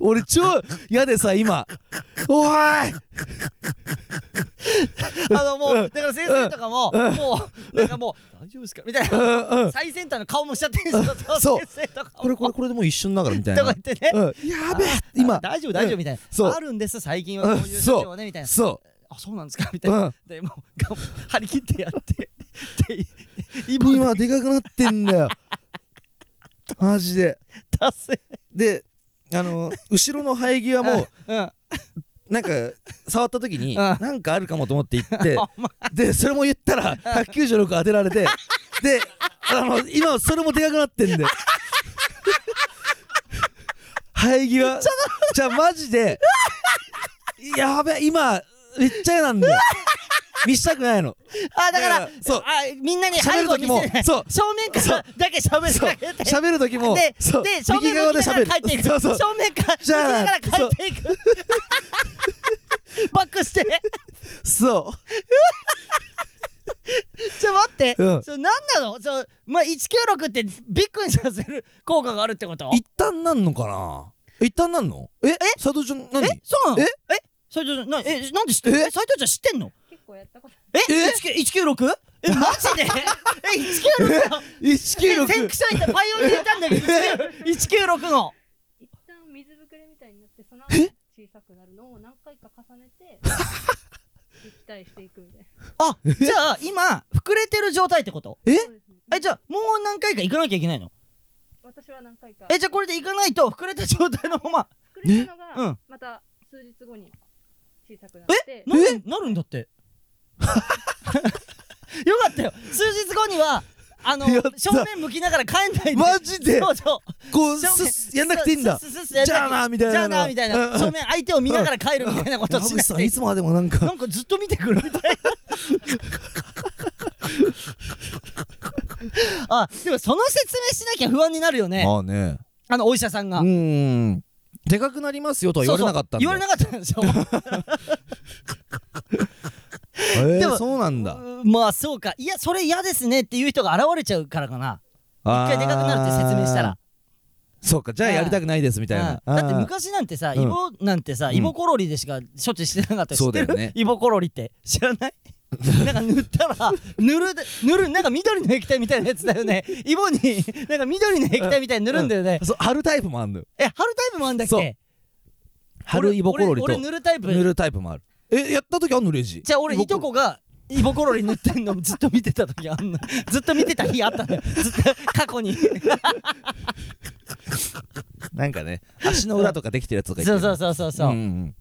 S2: 俺超嫌でさ今おーい
S1: あのもうだから先生とかも、もうなんかもう大丈夫ですかみたいな、
S2: うんうん
S1: 最先端の顔もしちゃってるんですよ
S2: そう
S1: 先生とかも
S2: これこれこれでもう一緒にながらみたい
S1: とか
S2: な
S1: 言ってね、
S2: うんやべえ今
S1: あ大丈夫大丈夫みたいな、
S2: そう
S1: あるんです最近はこういう処置はねみたいな
S2: そ
S1: あそうなんですかみた
S2: う
S1: いな、
S2: うん
S1: でもうが張り切ってやってでイボで
S2: 今でかくなってんだよマジで
S1: 達成
S2: であの後ろの生え際も
S1: うんうん
S2: なんか触った時に
S1: ん
S2: なんかあるかもと思って 行って
S1: お前
S2: でそれも言ったら196当てられてであの今それもでかくなってんだよ生え際じゃあマジでやべ今めっちゃ嫌なんだよ見したくないの
S1: あだから
S2: だからそう
S1: あみんなに背後に見せない
S2: 喋る時もそう
S1: 正面から だけ喋
S2: そう
S1: りかけて
S2: 喋る時も
S1: で
S2: そう
S1: で正
S2: 右
S1: 面
S2: 側
S1: 向
S2: で
S1: きなが
S2: 喋
S1: ら
S2: る
S1: 帰っていく
S2: そうそう
S1: 正面から
S2: じゃあ
S1: 向きながら帰っていくバックして
S2: そ
S1: ちょ待って、
S2: うん
S1: それ何なのそのまあ、196ってビッグにさせる 効果があるってこと
S2: う一旦なんのかな一旦なんのえ佐藤ちゃん何
S1: えそうなの
S2: え
S1: え斉藤ちゃんなえなんで知ってる
S2: え
S1: え斉藤ちゃん知ってんの
S4: 結構やったこと
S1: え
S2: え
S1: え 196? えマジでえ196のえ先駆
S2: 196
S1: 者いたパイオニアいたんだけど196の
S4: 一旦水ぶくれみたいになってその後小さくなるのを何回か重ね て撃退していくみたいな
S1: あじゃあ今膨れてる状態ってこと
S2: え
S4: そうですね
S1: えじゃあもう何回か行かなきゃいけないの
S4: 私は何回か
S1: えじゃあこれで行かないと膨れた状態のまま
S4: 作れたの
S1: えう
S4: が
S1: ん
S4: また数日後に小さくなって
S1: なるなるんだって よかったよ数日後にはあの
S2: やった
S1: 正面向きながら帰んないで
S2: マジで
S1: そうそう
S2: こう
S1: 正面
S2: すやんなくていいんだ
S1: すすすやんなくて
S2: じゃあなみたいな
S1: じゃあなみたい
S2: うんう
S1: なん正面相手を見ながら帰るみたいなことしな
S2: 山口
S1: い
S2: さ
S1: で
S2: んいつまでもな ん
S1: な
S2: か
S1: んかずっと見てくる みたいなあでもその説明しなきゃ不安になるよね
S2: まあね
S1: あのお医者さん
S2: う
S1: が
S2: ーんでかくなりますよとは言われなかったんだ
S1: そうそう言われなかったんですよ
S2: え
S1: で
S2: ー
S1: も
S2: そうなんだ
S1: うー まあそうかいやそれ嫌ですねっていう人が現れちゃうからかな一
S2: 一
S1: 回でかくなるって説明したら
S2: そうかじゃあやりたくないですみたいな
S1: うんだって
S2: あー
S1: 昔なんてさ
S2: うん
S1: イボなんてさ
S2: うん
S1: イボコロリでしか処置してなかった知
S2: そう
S1: っ
S2: だ
S1: てる、
S2: よね
S1: イボコロリって知らない なんか塗ったら塗る塗るなんか緑の液体みたいなやつだよねイボになんか緑の液体みたいに塗るんだよね、
S2: そう貼るタイプもあるのよ
S1: え貼るタイプもあんだっ
S2: そう
S1: け
S2: 貼るイボコロリ
S1: 俺俺
S2: と
S1: 俺塗るタイプ
S2: 塗るタイプもあるえやった時あんのレジ
S1: じゃあ俺
S2: イボ
S1: い
S2: コロ
S1: とこがイボコロリ塗ってんのずっと見てた時あんのずっと見てた日あったんだよずっと過去 に
S2: なんかね足の裏とかできてるやつとかいて
S1: そ
S2: る
S1: うそうそうそうそう、
S2: んん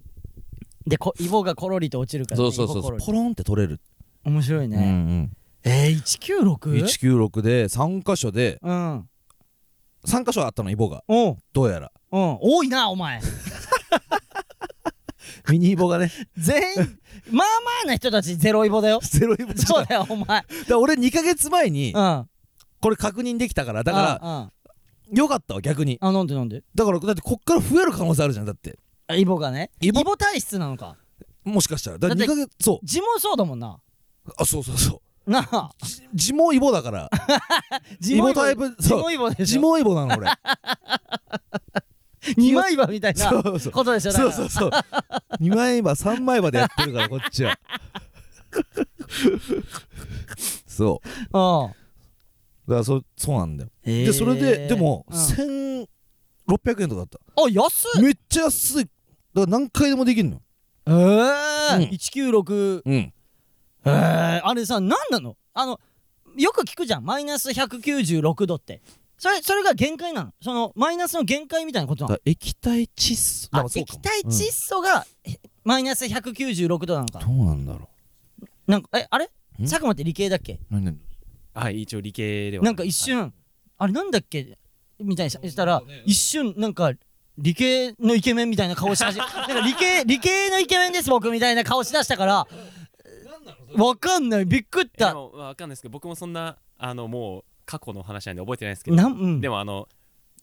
S1: でこイボがコロリと落ちるか
S2: うん
S1: ら、
S2: そ
S1: ね、
S2: うそうそ
S1: イボコロ
S2: う
S1: リ
S2: ポロンって取れる
S1: 面白い
S2: うん
S1: ね、えー、
S2: うん
S1: 196?
S2: 196で3箇所で
S1: うん
S2: 3箇所あったのイボが
S1: おう
S2: どうやら
S1: うん、多いなお 前
S2: ミニイボがね
S1: 全員まあまあな人たちゼロイボだよ
S2: ゼロイボじゃ
S1: そ
S2: な
S1: う
S2: い
S1: だよお前
S2: だから俺2ヶ月前に
S1: うん
S2: これ確認できたからだから
S1: うんうん
S2: よかったわ逆に
S1: あなんでなんで
S2: だからだってこっから増える可能性あるじゃんだって
S1: あイボがね
S2: イ
S1: イ
S2: ボ
S1: ボ体質なのか
S2: もしかしたらだか
S1: だ
S2: ら
S1: っ
S2: 2
S1: て
S2: ヶ月そ
S1: 地もそうだもんな
S2: うあそうそうそ
S1: なあ
S2: うじ地毛イボだ から
S1: 地
S2: イボタイプ
S1: 地
S2: そう
S1: もイボでし
S2: 地
S1: ょ
S2: 毛イボ なの俺
S1: 二枚刃みたいな
S2: そうそう
S1: ことでしょだか
S2: そう
S1: ら
S2: そうそう2枚刃3枚刃でやってるからこっち はそう
S1: うん
S2: だからそそうなんだよ
S1: え
S2: で
S1: ー
S2: それででも
S1: うん
S2: 1600円とかだっ
S1: あ安
S2: た
S1: っ
S2: めっちゃ安いだから何回でもできるの
S1: え
S2: うん
S1: ー196
S2: うん
S1: えー、あれさ何なのあのよく聞くじゃんマイナス196度ってそれそれが限界なのそのマイナスの限界みたいなことな
S2: だか
S1: の
S2: ら液体窒素だ
S1: あ
S2: からそうか
S1: 液
S2: も
S1: 体窒素が、えマイナス196度なのか
S2: どうなんだろ
S1: なんかえあれ
S2: ん
S1: 佐久間って理系だっけ
S2: う何々
S3: はい一応理系では
S1: なんか一瞬、あれなんだっけみたいにししたら、一瞬なんか理系のイケメンみたいな顔し 始めなんか理系理系のイケメンです僕みたいな顔しだしたからわかんないびっくっ
S3: えで
S1: た
S3: もわかんないですけど僕もそんなあのもう過去の話なんで覚えてないですけど
S1: なん、うん、
S3: でもあの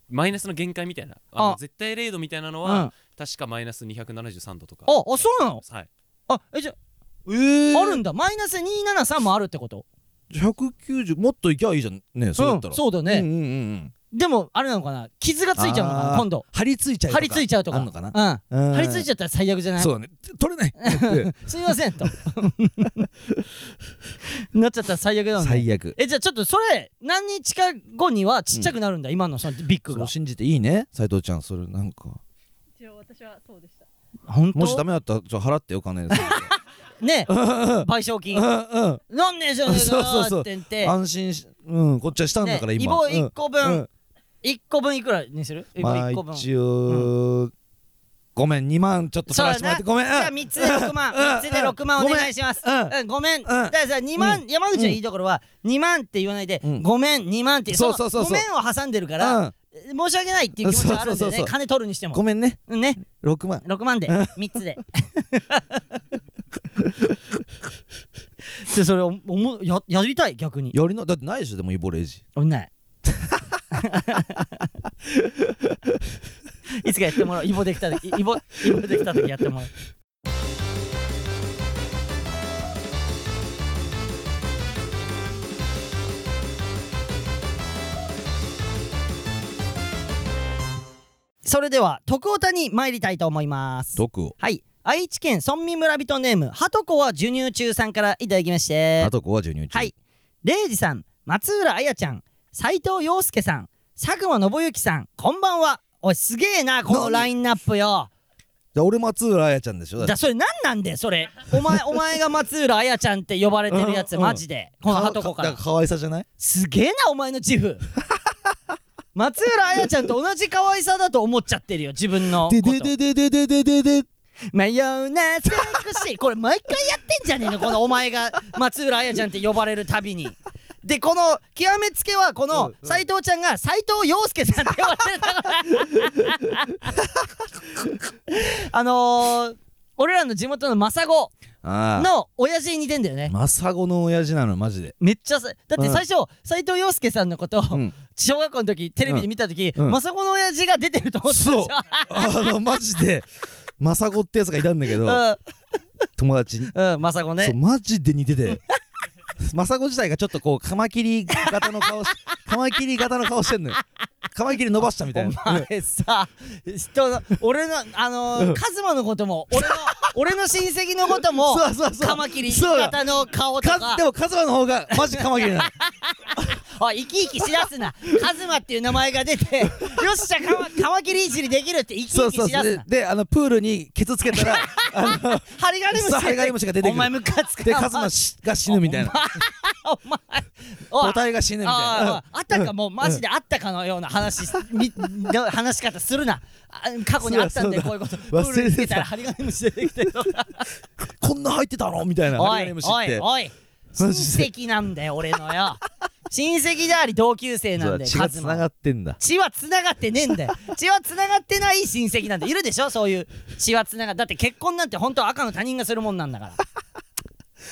S3: マイナスの限界みたいなあの
S1: あ
S3: 絶対0度みたいなの
S1: うん、
S3: は、
S1: あ
S3: 確かマイナス273度とか
S1: あそうなの
S3: はい
S1: あえじゃ
S2: えー、
S1: あるんだマイナス273もあるってこと
S2: 190もっといきゃいいじゃんねそうだったら、
S1: んそうだ
S2: うん
S1: ね、
S2: うんうん
S1: でもあれなのかな傷がついちゃうのか
S2: あ
S1: な
S2: ー
S1: 今度
S2: 張り付いちゃうと
S1: 張
S2: か
S1: り付いちゃうとか
S2: あんのかな
S1: うん張り付い
S2: ち
S1: ちゃ
S2: ゃ
S1: ったら最悪じゃない
S2: そうだね取れない って
S1: すみませんと なっちゃったら最悪だもんね
S2: 最悪
S1: えじゃあちょっとそれ何日か後にはちっちゃくなるんだ、今のそのビッグ
S2: そ
S1: が
S2: う信じていいね斉藤ちゃんそれなんか
S4: 一応私はそうでした
S1: 本当
S2: もしダメだったらちょっと払って よ金
S1: ねえ賠償金
S2: うん
S1: なんねえじゃねえか
S2: そうそうそ
S1: よ
S2: う
S1: って言っ
S2: う
S1: て
S2: ん安心しうんこっちはしたんだから
S1: ね
S2: 今
S1: イボ1個
S2: う
S1: 分、
S2: ん
S1: 一1個分いくらにするイボ
S2: まあ
S1: 1個分、じ
S2: 一応ごめん2万ちょっと取らせてもらって
S1: そ
S2: ごめん
S1: ゃあ
S2: うん
S1: 3つで6万
S2: うん
S1: 3つで6万お願いします
S2: うん
S1: うんごめん、
S2: ん
S1: だからさ2万、
S2: う
S1: 山口のいいところは2万って言わないで、
S2: うん
S1: ごめん2万って
S2: そうそうそうそう
S1: のごめんを挟んでるか
S2: う
S1: ら、
S2: ん
S1: 申し訳ないっていう気持ちはあるんで
S2: そうそうそ
S1: ね
S2: うそう
S1: 金取るにして
S2: ご
S1: も
S2: めんね
S1: うんね
S2: 6万
S1: 6万で3つ ででそれおもややりたい逆に
S2: やりのだってないでしょでもイボレージ
S1: 俺ない いつかやってもらおうイボできた時イボイボできた時やってもらおうそれでは徳太に参りたいと思います
S2: 毒を
S1: はい愛知県村民村人ネームはとこは授乳中さんからいただきまして
S2: あと子は授乳中
S1: はい。レイジさん、松浦彩ちゃん、斉藤洋介さん、佐久間信之さん、こんばんは。おい、すげえな、この
S2: 何
S1: ラインナップよ。
S2: じゃあ俺松浦彩ちゃんでしょ
S1: じゃ、それ何なんだよ、それ。お 前、お前が松浦彩ちゃんって呼ばれてるやつ、
S2: うん
S1: マジで。このハトコ
S2: か
S1: か
S2: だ
S1: ら
S2: から。可愛さじゃない
S1: すげえな、お前の自 負。松浦彩ちゃんと同じ可愛さだと思っちゃってるよ、自分のこと。
S2: ででででででででで
S1: 迷うな美しいこれ毎回やってんじゃねえのこのお前が松浦彩ちゃんって呼ばれるたびにでこの極めつけはこの斎藤ちゃんが斎藤洋介さんって呼ばれてたからあのー、俺らの地元の政子
S2: ああ
S1: の親父に似てんだよね
S2: マサゴの親父なのマジで
S1: めっちゃさだって最初斎藤洋介さんのことを
S2: うん
S1: 小学校の時テレビで見た時、
S2: うんうん
S1: 政子の親父が出てると思ってたでしょ
S2: そうあのマジでマサゴってやつがいたんだけど友達に
S1: うん、うん、政子
S2: そ
S1: ね
S2: うマジで似ててマサゴ自体がちょっとこうカマキリ型の 顔しカマキリ型の顔してんのよカマキリ伸ばしたみたいな
S1: お前さ、人の、俺の、あのー、カズマのことも、俺の、俺 の親戚のことも、
S2: そうそうそう
S1: カマキリ
S2: そうよ
S1: 型の顔と
S2: か
S1: か
S2: で、もカズマの方がマジカ マキリなの
S1: おい、生き生きしだすな。カズマっていう名前が出 て、よっしゃ、カマカマキリいじりできるって生き
S2: そ
S1: 生
S2: う
S1: き
S2: そう
S1: し
S2: そ
S1: だ
S2: う
S1: す
S2: で
S1: な。
S2: であのプールにケツつけ たらあの
S1: ハリガネムシ
S2: そうハリガネムシが出てくる
S1: お前ムカつく
S2: で
S1: な
S2: カズマしが死ぬみたいな
S1: お前、おい
S2: 母体が死ぬみたい
S1: あ
S2: な
S1: ああったかもうマジであったかのような話しみの話し方するなあ過去にあったんでこういう
S2: そう
S1: こ
S2: だ
S1: と
S2: そうだ忘
S1: プール
S2: れてた
S1: につけたらハリガネムシ出てきてとか
S2: こんな入ってたのみたい な
S1: お
S2: ハリ
S1: い
S2: ガネムシ
S1: お
S2: っ
S1: い
S2: て
S1: おい親
S2: マジで
S1: 戚なんだよ俺のよ 親戚であり同級生なんだよ
S2: 血が
S1: カズ
S2: つな
S1: マ
S2: がってんだ
S1: 血はつながってねえん だよ血はつながってない親戚なんているでしょそういう血はつながだって結婚なんて本当は赤の他人がするもんなんだ から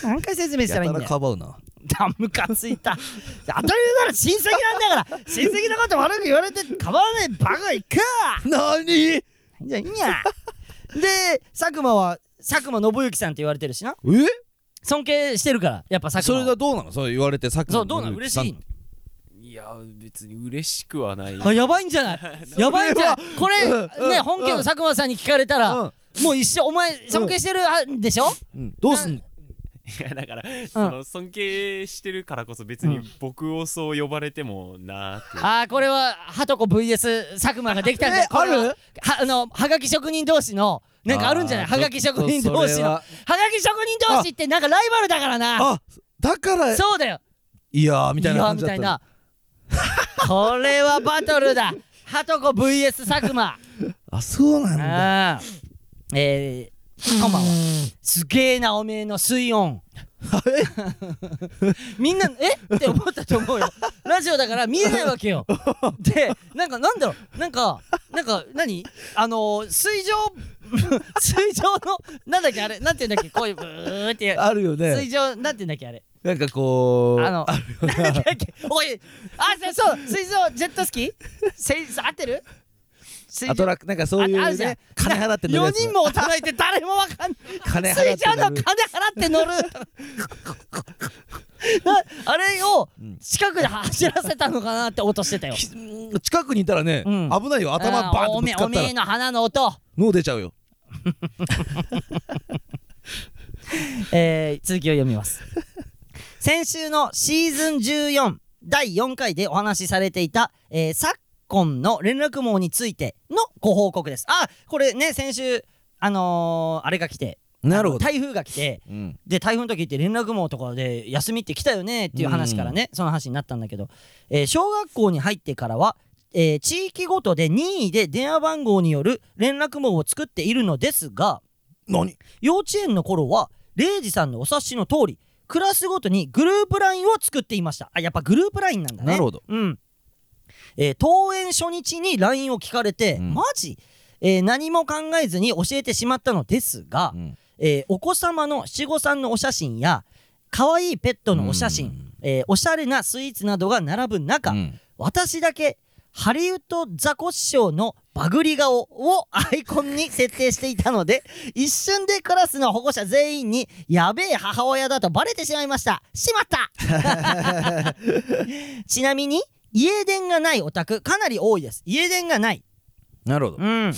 S1: 何回説明した
S2: や
S1: らいい
S2: た
S1: んだ
S2: ら
S1: よ
S2: かばうな
S1: だムカついた当たり前なら親戚なんだから親戚のこと悪く言われて構わないバカいくか
S2: なにえ
S1: じゃあいいや で佐久間は佐久間信之さんって言われてるしな尊敬してるからやっぱ佐
S2: そ
S1: 久
S2: れ
S1: 間は
S2: がどうなのそう言われてさっきの
S1: そうどうなん嬉しい
S3: いや別に嬉しくはない
S1: あやばいんじゃ ないやばいんじゃないこれ、
S2: うんうん
S1: ね本家の佐久間さんに聞かれたら、もう一生お前尊敬してるあでしょ、
S2: うんどうすんの
S3: い やだから、その尊敬してるからこそ別に僕をそう呼ばれてもなーって、
S1: ああこれははとこ VS 佐久間ができたんじゃない
S2: えある
S1: これははあのはがき職人同士のなんかあるんじゃない
S2: あー
S1: はがき職人同
S2: ちょっとそ
S1: 士
S2: れ
S1: の
S2: は
S1: はがき職人同士ってなんかライバルだからな
S2: あだから
S1: そうだよ
S2: いやーみたいな感じだ
S1: や
S2: っ
S1: み
S2: た
S1: たい
S2: の
S1: なこれはバトルだはとこ VS 佐久間
S2: あそうなんだ
S1: あーえー、こんばんはすげえなおめえの水温 みんなえって思ったと思うよラジオだから見えないわけよでなんかなんだろうなんかなんか何あのー、水上 水上のなんだっけあれなんていうんだっけこういうブーって
S2: あるよ
S1: 水
S2: ね
S1: 上なんていうんだっけあれ
S2: なんかこう
S1: あの、なんだっけおい、あ、そうそう、水上ジェットスキーせい合ってる水
S2: アトラックなんかそうい
S1: あある
S2: う
S1: じゃん
S2: ね金払って乗る
S1: 4
S2: やつ
S1: 人も働いて誰もわ かんない。
S2: 金払
S1: 水
S2: って乗
S1: 上
S2: る
S1: の金払って乗る。 なあれを
S2: うん
S1: 近くで走らせたのかなって音してた よ。
S2: き近くにいたらね、
S1: うん
S2: 危ないよ頭バーン
S1: あ
S2: と
S1: お
S2: ぶ
S1: め
S2: つ
S1: え
S2: か
S1: お
S2: った
S1: め
S2: ら
S1: えの鼻の音。
S2: 脳出ちゃうよ
S1: えー続きを読み ます先週のシーズン14第4回でお話しされていた、えー昨今の連絡網についてのご報告ですあこれね先週あのーあれが来て
S2: なるほ
S1: あの
S2: ど、
S1: 台風が来て
S2: うん、
S1: で台風の時って連絡網とかで休みって来たよねっていう話からね、その話になったんだけど、えー小学校に入ってからは、えー地域ごとで任意で電話番号による連絡網を作っているのですが、
S2: 何
S1: 幼稚園の頃はレイジさんのお察しの通りクラスごとにグループラインを作っていましたあやっぱグループラインなんだね
S2: なるほど
S1: うんえー登園初日に LINE を聞かれて、
S2: うん
S1: マジ、えー何も考えずに教えてしまったのですが、
S2: うん
S1: えーお子様の七五三のお写真や可愛いペットのお写真、
S2: うん
S1: えーおしゃれなスイーツなどが並ぶ中、
S2: うん
S1: 私だけハリウッドザコシショウのバグリ顔を アイコンに設定していたので一瞬でクラスの保護者全員にやべえ母親だとバレてしまいましたしまった ちなみに家電がないお宅かなり多いです家電がない
S2: なるほど。
S1: うん。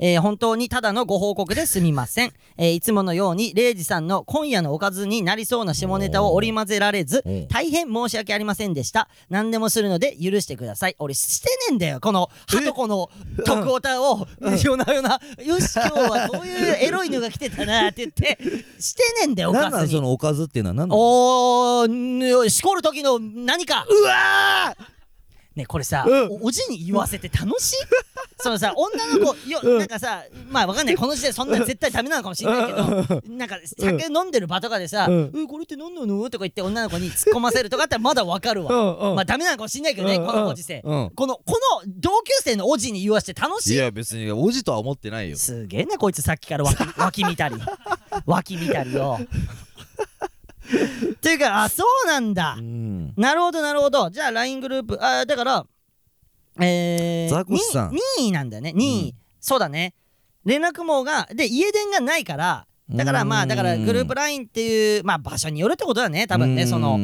S1: えー本当にただのご報告ですみません、えーいつものようにレイジさんの今夜のおかずになりそうな下ネタを織り交ぜられず
S2: おー
S1: 大変申し訳ありませんでした何でもするので許してください俺してねえんだよこのハトコの徳オタを夜な夜な「よし今日はこういうエロいのが来てたな」って言ってしてねえんだよお
S2: なん
S1: か
S2: なん
S1: ず
S2: そ
S1: に。
S2: のおかずっていうのは何なの
S1: おーんしこる時の何か
S2: うわ
S1: ねこれさ、
S2: うん
S1: おおじに言わせて楽 しいそのさ女の子よ、なんかさまあわかんないこの時代そんな絶対ダメなのかもしれないけど、なんか酒飲んでる場とかでさ「う
S2: うん
S1: んこれって何なの?」とか言って女の子に突っ込ませるとかあってまだわかるわ、
S2: うんうん
S1: まあダメなのかもしれないけどね、
S2: うん
S1: このご時世、
S2: うん
S1: このこの同級生のおじに言わせて楽し
S2: い
S1: い
S2: や別におじとは思ってないよ。
S1: すげえなこいつさっきから脇 脇見たり脇見たりよっていうかあそうなんだ、
S2: うん。
S1: なるほどなるほどじゃあ LINE グループあーだからえー、
S2: ザコシさん
S1: 2位なんだよね2位、そうだね連絡網がで家電がないからだからま
S2: うー
S1: あ
S2: ん
S1: だからグループ LINE っていうまあ場所によるってことだね多分
S2: う
S1: ね
S2: ん
S1: その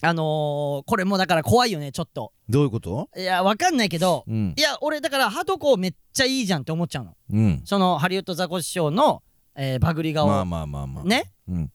S1: あのーこれもだから怖いよねちょっと
S2: どういうこと？
S1: いやわかんないけど
S2: うん
S1: いや俺だからハトコめっちゃいいじゃんって思っちゃうの
S2: うん。
S1: そのハリウッドザコシショウの、えーバグリ顔、
S2: まあまあまあまあ。。
S1: ね
S2: うん
S1: っ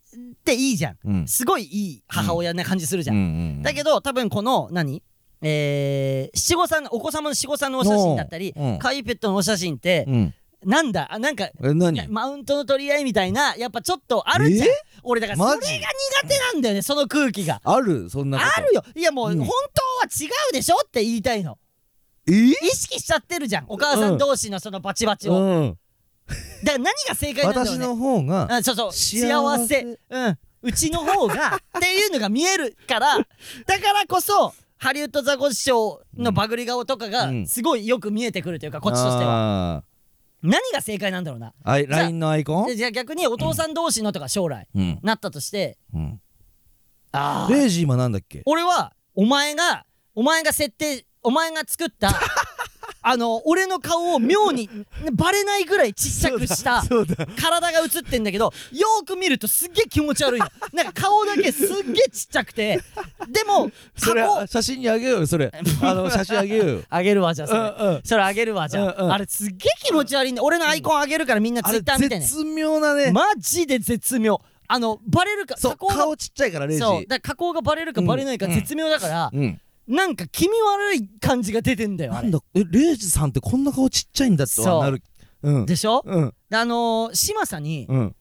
S1: ていいじゃん
S2: うん。
S1: すごいいい母親な感じするじゃん
S2: うんうん
S1: だけ
S2: ど
S1: ど多分この何えー、七五三お子様の七五三のお写真だったり
S2: うん
S1: カイペットのお写真って、
S2: うん。
S1: なんだあなんか
S2: え
S1: いや
S2: 何？
S1: マウントの取り合いみたいなやっぱちょっとあるじゃん、
S2: え
S1: 俺だからそ
S2: マ
S1: れが
S2: ジ
S1: 苦手なんだよねその空気が
S2: あるそんなこと。
S1: あるよいやもう、
S2: うん
S1: 本当は違うでしょって言いたいの
S2: え？
S1: 意識しちゃってるじゃんお母さん同士のそのバチバチを、
S2: うん。
S1: だから何が正解なんだろう
S2: 私
S1: ね
S2: の方が
S1: あそうそう
S2: 幸
S1: 幸
S2: せ
S1: せうんうちの方がっていうのが見える からだからこそハリウッドザコシショウのバグリ顔とかが
S2: うん
S1: すごいよく見えてくるというかこっちとしては
S2: は。
S1: 何が正解なんだろうな
S2: あい LINE のアイコン
S1: で？じゃあ逆にお父さん同士のとか将来
S2: うん
S1: なったとして
S2: うん。
S1: あー
S2: レイジ今なんだっけ？
S1: 俺はお前がお前が設定お前が作った あの俺の顔を妙にバレないぐらいちっちゃくした
S2: そうだ。
S1: 体が映ってんだけどよーく見るとすっげえ気持ち悪いのなんか顔だけすっげえちっちゃくてでも
S2: それ
S1: 箱
S2: 写真にあげよう よそれ。あの写真あげようよ。
S1: あげるわじゃあそれ、
S2: うんうん
S1: それあげるわじゃあ、
S2: うんうん
S1: あれすっげえ気持ち悪いんで俺のアイコンあげるからみんな
S2: あ
S1: ツイ
S2: れ
S1: ッター見てね
S2: 絶妙なね。
S1: マジで絶妙あのバレるか
S2: そう
S1: 加工が
S2: 顔ちっちゃいからレイジ。
S1: そうだから加工がバレるかバレないか
S2: うん
S1: 絶妙だから、
S2: うん。
S1: なんか気味悪い感じが出てんだよ
S2: な
S1: あれ
S2: んだえレイジさんってこんな顔ちっちゃいんだって
S1: そう
S2: なる。うん。
S1: でしょ、
S2: うん
S1: であのー、嶋佐に、
S2: うん。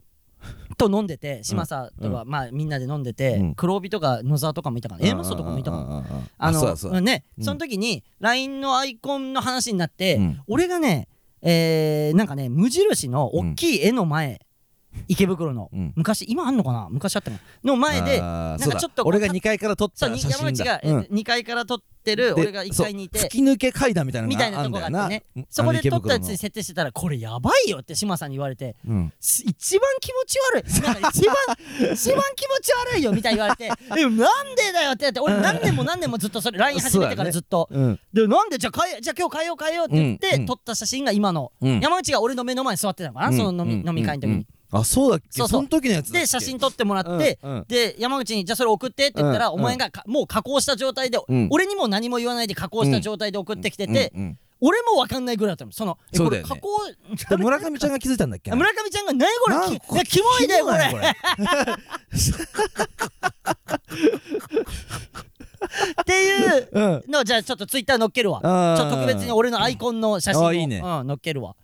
S1: と飲んでて嶋佐とか、まあみんなで飲んでて、
S2: うん
S1: 黒帯とか野沢とかもいたかな A マストとかもいたかな
S2: な
S1: あの
S2: そうだそうだ。
S1: ね、
S2: うん
S1: その時に LINE のアイコンの話になって、
S2: うん
S1: 俺がね、えーなんかね無印の大きい絵の前、池袋の、
S2: うん
S1: 昔今あんのかな昔あったかなの前で
S2: なん
S1: かちょっとこう
S2: 俺が2階から撮っ
S1: そう
S2: た
S1: に
S2: 写
S1: 山
S2: 真
S1: 口
S2: だ
S1: が、え
S2: うん
S1: 2階から撮ってる俺が
S2: で
S1: 1階にい
S2: そう
S1: て
S2: 吹き抜け階段みたいなの
S1: みたいな
S2: あ
S1: とこがあ
S2: あん
S1: って
S2: だよ
S1: ね
S2: な
S1: そこで撮ったやつ
S2: あの
S1: に
S2: 池
S1: 設定してたらこれやばいよって志麻さんに言われて
S2: 袋のうん
S1: す一番気持ち悪 いなんか一番一番気持ち悪いよみたいに言われて「えなんでだよ」ってなって俺何年も何年もずっとそれ LINE 始めてからずっと。
S2: うん
S1: でなんでじゃあ変えじゃあ今日変えよう変えようって言って、
S2: うんうん
S1: 撮った写真が今の、
S2: うん
S1: 山内が俺の目の前に座ってたのかな、
S2: うん
S1: その飲み,、
S2: うん
S1: 飲み会の時に、
S2: うんあそうだっけ
S1: そ
S2: そう
S1: そう
S2: の時のやつだっけ
S1: で写真撮ってもらって、
S2: うんうん
S1: で山口に「じゃあそれ送って」って言ったら、
S2: うん
S1: お前がかもう加工した状態で、
S2: うん
S1: 俺にも何も言わないで加工した状態で送ってきてて、
S2: うんうん
S1: 俺も分かんないぐらいだったのそのえ
S2: そう
S1: こ
S2: だ
S1: れ
S2: よね
S1: 加工
S2: で村上ちゃんが気づいたんだっけ
S1: 村上ちゃんが「何こ
S2: なん
S1: れきいやキモいね
S2: キモ
S1: こ
S2: だ
S1: れ
S2: よ」
S1: っていう
S2: これうん
S1: のじゃあちょっとツイッター載っけるわち
S2: あー
S1: ょっと特別に俺のアイコンの写真
S2: あ
S1: を
S2: ーいいね
S1: うん、載っけるわ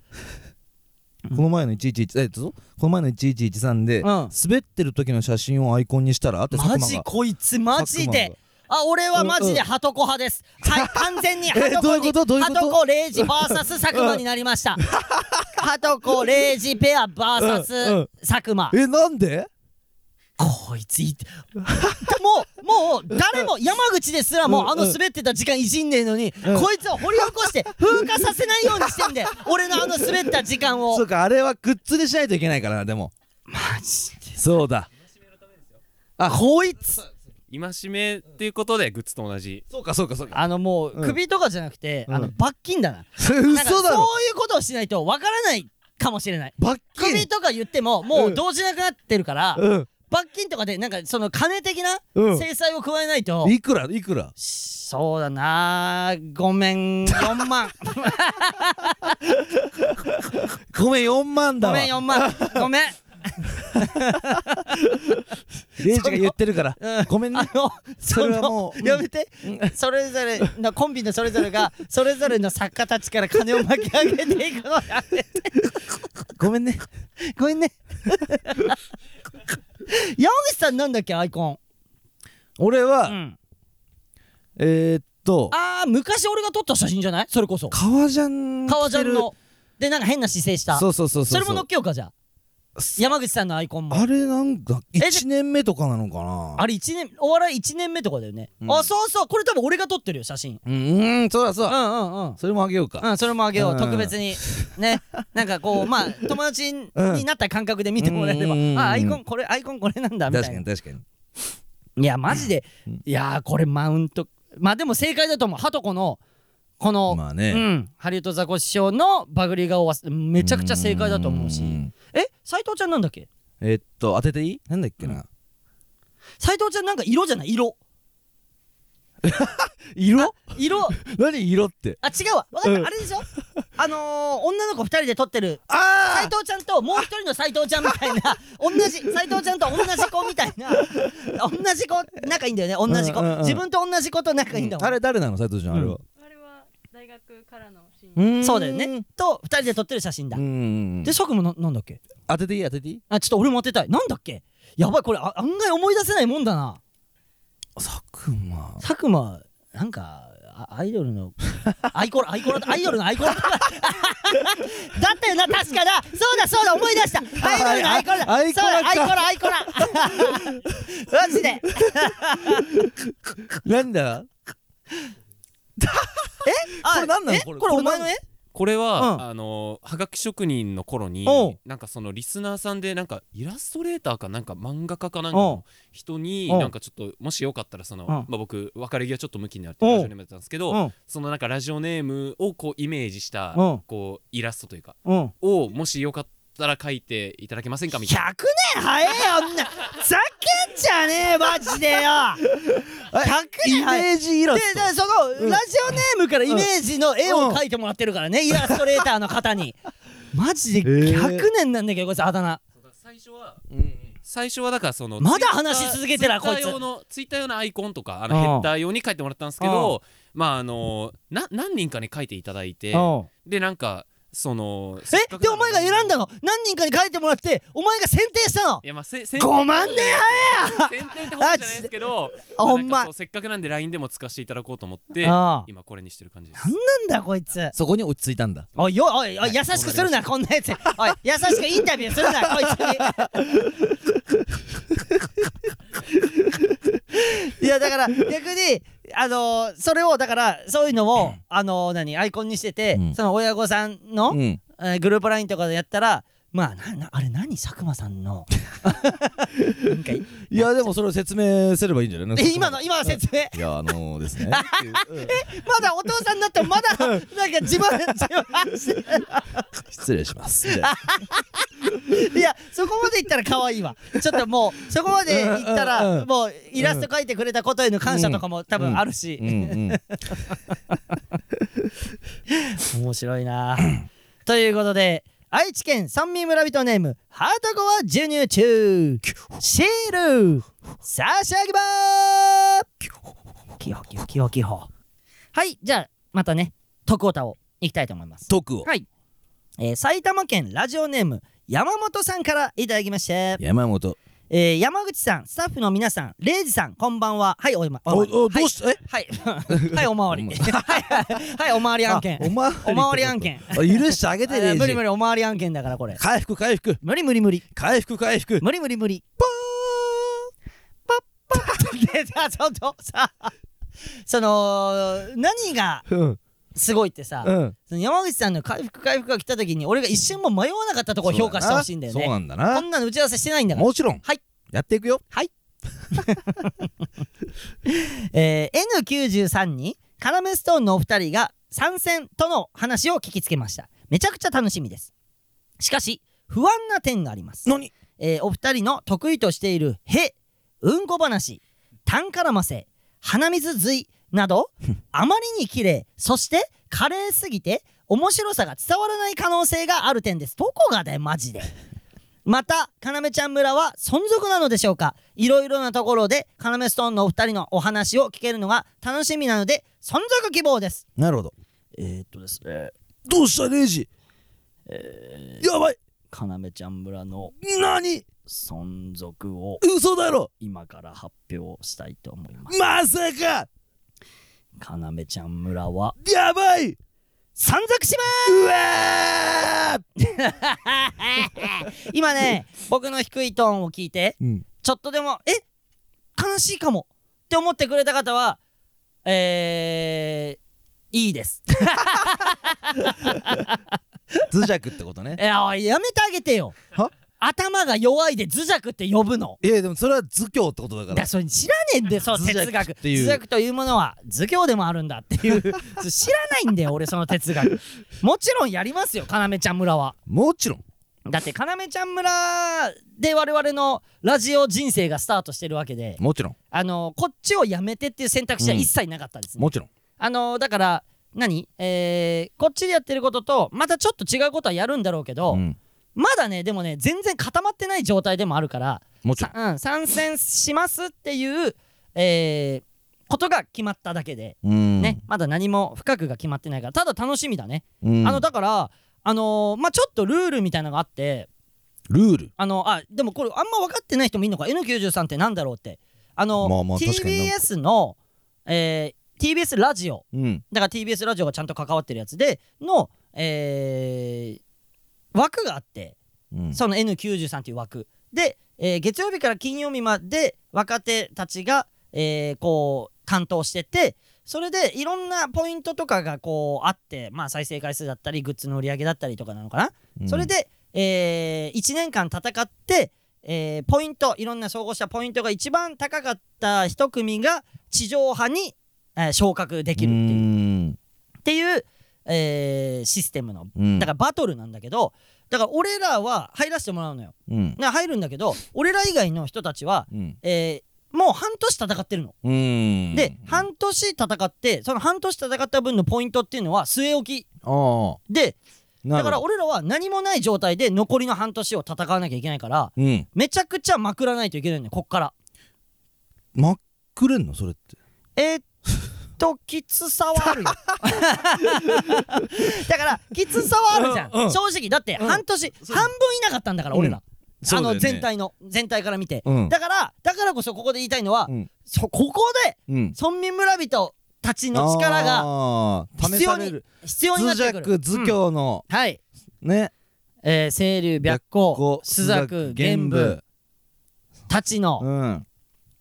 S2: この前の111えっとこの前の1113で
S1: ん
S2: 滑ってる時の写真をアイコンにしたらって佐
S1: マ
S2: 久間
S1: ジ
S2: が
S1: こいつマジであ俺はマジでハトコ派です、はい完全にハ
S2: え
S1: ト
S2: どう
S1: コ
S2: いうこ
S1: に
S2: とどういうこ
S1: ハ
S2: と
S1: トコレイジ VS 佐久間になりま したハトコレイジペア
S2: うんう
S1: VS
S2: ん
S1: 佐久間
S2: えなんで
S1: こいついてもうもう誰も山口ですらもうあの滑ってた時間いじんねえのに、
S2: うん
S1: こいつを掘り起こして風化させないようにしてん で俺のあの滑った時間を
S2: そうかあれはグッズにしないといけないからなでも
S1: マジで
S2: そうだあ
S1: こいつ
S3: 戒めっていうことでグッズと同じ
S2: そうかそうかそうか
S1: あのもう
S2: うん
S1: 首とかじゃなくて、あの
S2: うん
S1: 罰金だな
S2: それ
S1: なんか
S2: 嘘だ
S1: そ
S2: ろ
S1: ういうことをしないとわからないかもしれない
S2: 罰金
S1: 首とか言ってももううん動じなくなってるから、
S2: うん
S1: 罰金とかでなんかその金的な
S2: うん
S1: 制裁を加えないと、
S2: いくらいくら
S1: そうだなごめん4万
S2: ごめん4万だ
S1: ご
S2: わ
S1: めん4万ごめん
S2: レイジが言ってるから
S1: うん
S2: ごめん
S1: あ
S2: ね
S1: の
S2: それはもう
S1: そのやめて、それぞれのコンビのそれぞれがそれぞれの作家たちから金を巻き上げていくのやめて
S2: ごめんね
S1: ごめんね 山口さんなんだっけアイコン、
S2: 俺
S1: う
S2: は
S1: ん
S2: えーっと
S1: あー昔俺が撮った写真じゃないそれこそ
S2: 革ジャン着てる
S1: 革ジャンのでなんか変な姿勢した
S2: そうそうそうそう
S1: それも乗っけようかじゃあ山口さんのアイコンも
S2: あれなんだ
S1: えじゃ
S2: 1年目とかなのかな
S1: あれ一年お笑い1年目とかだよね、
S2: うん
S1: あそうそうこれ多分俺が撮ってるよ写真
S2: うんうんそうだそう
S1: うんう
S2: だ
S1: んうん
S2: それもあげようか
S1: うん、それもあげよ
S2: う
S1: うん特別にねなんか こうまあ友達になった感覚で見てもらえれば
S2: うん
S1: あアイコンこれアイコンこれなんだみた
S2: 確
S1: い
S2: かに
S1: な
S2: 確かに
S1: いやマジで
S2: うん
S1: いやーこれマウントまあでも正解だと思うハトコのこの、
S2: まあ
S1: う
S2: ね
S1: ん、ハリウッドザコシショウのバグリ顔はめちゃくちゃ正解だと思うし
S2: ん
S1: え斎藤ちゃんなんだっけ
S2: えっと当てていいなんだっけな
S1: 斎藤ちゃんなんか色じゃない色
S2: 色
S1: 色
S2: 何色って
S1: あ違うわ分かった、
S2: うん
S1: あれでしょ あのー、女の子2人で撮ってる斎
S2: あ
S1: 藤ちゃんともう一人の斎藤ちゃんみた いな同じ斎藤ちゃんと同じ子みたいな同じ子仲いいんだよね同じ子、
S2: うんうんうん
S1: 自分と同じ子と仲いいんだ
S2: あ
S1: もん、
S2: あれ誰なの斎藤ちゃんあれは
S4: あれは大学からの親
S2: う
S4: 友
S2: ん
S1: そうだよねと2人で撮ってる写真だ、
S2: うんうんうん
S1: でさくもななんだっけ
S2: 当てていい当てていい
S1: あちょっと俺も当てたいなんだっけやばいこれあ案外思い出せないもんだな
S2: 佐久間
S1: 佐久間なんかあアイドル のアイコラアイコラアイドルのアイコラ だったよな確かだそうだそうだ思い出したアイドルのアイコラだ
S2: あアイコラか
S1: そうだアイコラアイコラ マジで
S2: なんだ
S1: あ
S2: これ何なの
S1: え
S2: これ
S1: これお前の絵
S3: これは、
S1: うん
S3: あのはがき職人の頃に
S1: おう
S3: なんかそのリスナーさんでなんかイラストレーターかなんか漫画家かなんか
S1: おう
S3: の人に
S1: おう
S3: なんかちょっともしよかったらその、
S1: ん
S3: まあ、僕別れ際ちょっと向きになるっていうラジオネームだったんですけど、
S1: うん
S3: そのなんかラジオネームをこうイメージした、
S1: うん
S3: こうイラストというか
S1: うん
S3: をもしよかったら書いていただけませんかみ
S1: 100
S3: たいな。
S1: 年早えよんなふざけんじゃねえマジでよ
S2: あ
S1: 100
S2: イ
S1: 年早 え
S2: メージ色
S1: で
S2: っ
S1: だからその、
S2: うん
S1: ラジオネームからイメージの絵を描いてもらってるからね、イラストレーターの方に マジで
S2: えー
S1: 100年なんだけどこいつあだ名
S3: 最初は
S2: うん
S3: 最初はだからその
S1: まだ話し続けてらこいつ
S3: ツイッター用のツイッター用のアイコンとかあ
S1: う
S3: の
S1: ん
S3: ヘッダー用に書いてもらったんですけどまああのな何人かに書いていただいてでなんかそのせっ
S1: え
S3: かく
S1: で
S3: な
S1: お前が選んだ
S3: い
S1: の何人かに書いてもらってお前が選定したの
S3: やまあせせん
S1: 5万年早
S3: 選定ってことじゃないですけど
S1: あ
S3: まあ
S1: ほ
S3: なんん
S1: まな
S3: かそ
S1: ん
S3: うせっかくなんで LINE でも使わせていただこうと思って
S1: ああ
S3: 今これにしてる感じです
S1: だこいつ
S2: そこに落ち着いたんだ
S1: おいよおいおい優しくするなこんなやつおい優しくインタビューするなこいつに いやだから逆にあのーそれをだからそういうのをあのー何アイコンにしてて、
S2: うん
S1: その親御さんの、
S2: うん
S1: えーグループラインとかでやったらまあななあれ何佐久間さん のなんかい
S2: いやでもそれを説明すればいいんじゃない
S1: で今の今の説明
S2: いやあのー、です ね
S1: まだお父さんになってもまだなんか自慢自慢して
S2: 失礼しますみたいない
S1: やそこまでいったら可愛いわちょっともうそこまでいった
S2: うんうん
S1: ら
S2: うん
S1: もうイラスト描いてくれたことへの感謝とかも多分あるし、
S2: うんうん
S1: 面白いなということで愛知県三味村人ネームハートコア授乳中シール差し上げまーキホキホキホキホはいじゃあまたね徳太をいきたいと思います
S2: 徳を
S1: はい、えー埼玉県ラジオネーム山本さんからいただきまして
S2: 山本
S1: えー山口さん、スタッフの皆さん、レイジさん、こんばんは。はい、おいま。
S2: おおどう
S1: し
S2: したえ
S1: はい、 はい、はいおまわり。
S2: お
S1: はい、
S2: ま
S1: はい、おまわり案件。
S2: あおまわりってこと
S1: おまわり案件
S2: あ許してあげ
S1: あ
S2: てレイジ
S1: 無理無理、おまわり案件だから、これ。
S2: 回復回復
S1: 無理無理無理。
S2: 回復回復
S1: 無理無理無理。
S2: バ
S1: でさそのさその何が
S2: うん
S1: すごいってさ、
S2: うん
S1: その山口さんの回復回復が来た時に俺が一瞬も迷わなかったところを評価してほしいんだよね
S2: そうなんだ
S1: こ
S2: なん
S1: なの打ち合わせしてないんだから
S2: もちろん
S1: はい
S2: やっていくよ
S1: えー N93 にカラメストーンのお二人が参戦との話を聞きつけましためちゃくちゃ楽しみですしかし不安な点があります、
S2: 何
S1: えーお二人の得意としている「へ」「うんこ話」「単からませ」「鼻水髄」な どあまりに綺麗そして華麗すぎて面白さが伝わらない可能性がある点ですどこがだよマジでまた、かなめちゃん村は存続なのでしょうかいろいろなところで、かなめストーンのお二人のお話を聞けるのが楽しみなので、存続希望です。
S2: なるほど
S1: えっとですね、
S2: どうしたレイジやばい
S1: かなめちゃん村の
S2: 何
S1: 存続を
S2: 嘘だろ
S1: 今から発表したいと思いま
S2: まさか
S1: す。かなめちゃん村は、
S2: やばい
S1: 存続しま
S2: うわー
S1: す 今ね、僕の低いトーンを聞いて、
S2: うん
S1: ちょっとでも、え悲しいかもって思ってくれた方は、えー、いいです。
S2: 頭弱ってことね
S1: いやおいやめてあげてよ
S2: は
S1: 頭が弱いで頭弱って呼ぶの
S2: いやでもそれは図教ってことだか
S1: だ
S2: ら
S1: それ知らねえんだよそう
S2: 頭弱
S1: 哲学
S2: っていう
S1: 哲学というものは儒教でもあるんだって いうそう知らないんだよ俺その哲学もちろんやりますよ要ちゃん村は
S2: もちろん
S1: だって要ちゃん村で我々のラジオ人生がスタートしてるわけで
S2: もちろん
S1: あのこっちをやめてっていう選択肢は一切なかったですね、
S2: もちろん
S1: あのだから何えーこっちでやってることとまたちょっと違うことはやるんだろうけど、
S2: うん
S1: まだねでもね全然固まってない状態でもあるから
S2: もちろ
S1: さ
S2: ん
S1: うん、参戦しますっていう、えーことが決まっただけで、
S2: うん
S1: ねまだ何も深くが決まってないからただ楽しみだね、
S2: うん
S1: あのだからあのーまあちょっとルールみたいなのがあって
S2: ルール
S1: あのあでもこれあんま分かってない人もいるのか N93 ってなんだろうってあの、
S2: まあまあ確かにな
S1: TBS の、えー TBS ラジオ
S2: うん
S1: だから TBS ラジオがちゃんと関わってるやつでの、えー枠があって
S2: うん
S1: その N93 という枠で、えー月曜日から金曜日まで若手たちが、えーこう担当しててそれでいろんなポイントとかがこうあって、まあ、再生回数だったりグッズの売り上げだったりとかなのかな、それで、え1年間戦って、えーポイントいろんな総合したポイントが一番高かった一組が地上波に、えー昇格で
S2: で
S1: きるっていう,、
S2: うん
S1: っていうえーシステムの
S2: うん
S1: だからバトルなんだけどだから俺らは入らせてもらうのよ
S2: うん
S1: な入るんだけど俺ら以外の人たちは、
S2: うん
S1: えーもう半年戦ってるの。
S2: うん
S1: で、半年戦ってその半年戦った分のポイントっていうのは据え置き
S2: ああ
S1: で
S2: な
S1: だ
S2: る
S1: から
S2: ほど
S1: 俺らは何もない状態で残りの半年を戦わなきゃいけないから
S2: うん
S1: めちゃくちゃまくらないといけないのよこっから。
S2: 真っくれんのそれって
S1: えーっときつさはあ るよだからきつさはあるじゃん、
S2: うんうん
S1: 正直だって
S2: うん
S1: 半年、
S2: そう
S1: 半分いなかったんだから俺ら、
S2: そう
S1: あ
S2: だ
S1: の
S2: よね
S1: 全体の全体から見て、
S2: うん
S1: だからだからこそここで言いたいのは、
S2: うん
S1: そここで
S2: うん
S1: 村民村人たちの力が
S2: が試
S1: 必
S2: さ
S1: 要
S2: れ
S1: に
S2: る
S1: 必要にな
S2: 図
S1: ってくる
S2: 弱図
S1: うん
S2: 教の
S1: はい、
S2: ね
S1: えー、清流白
S2: こ
S1: 虎
S2: う
S1: 朱雀玄武たちの、
S2: うん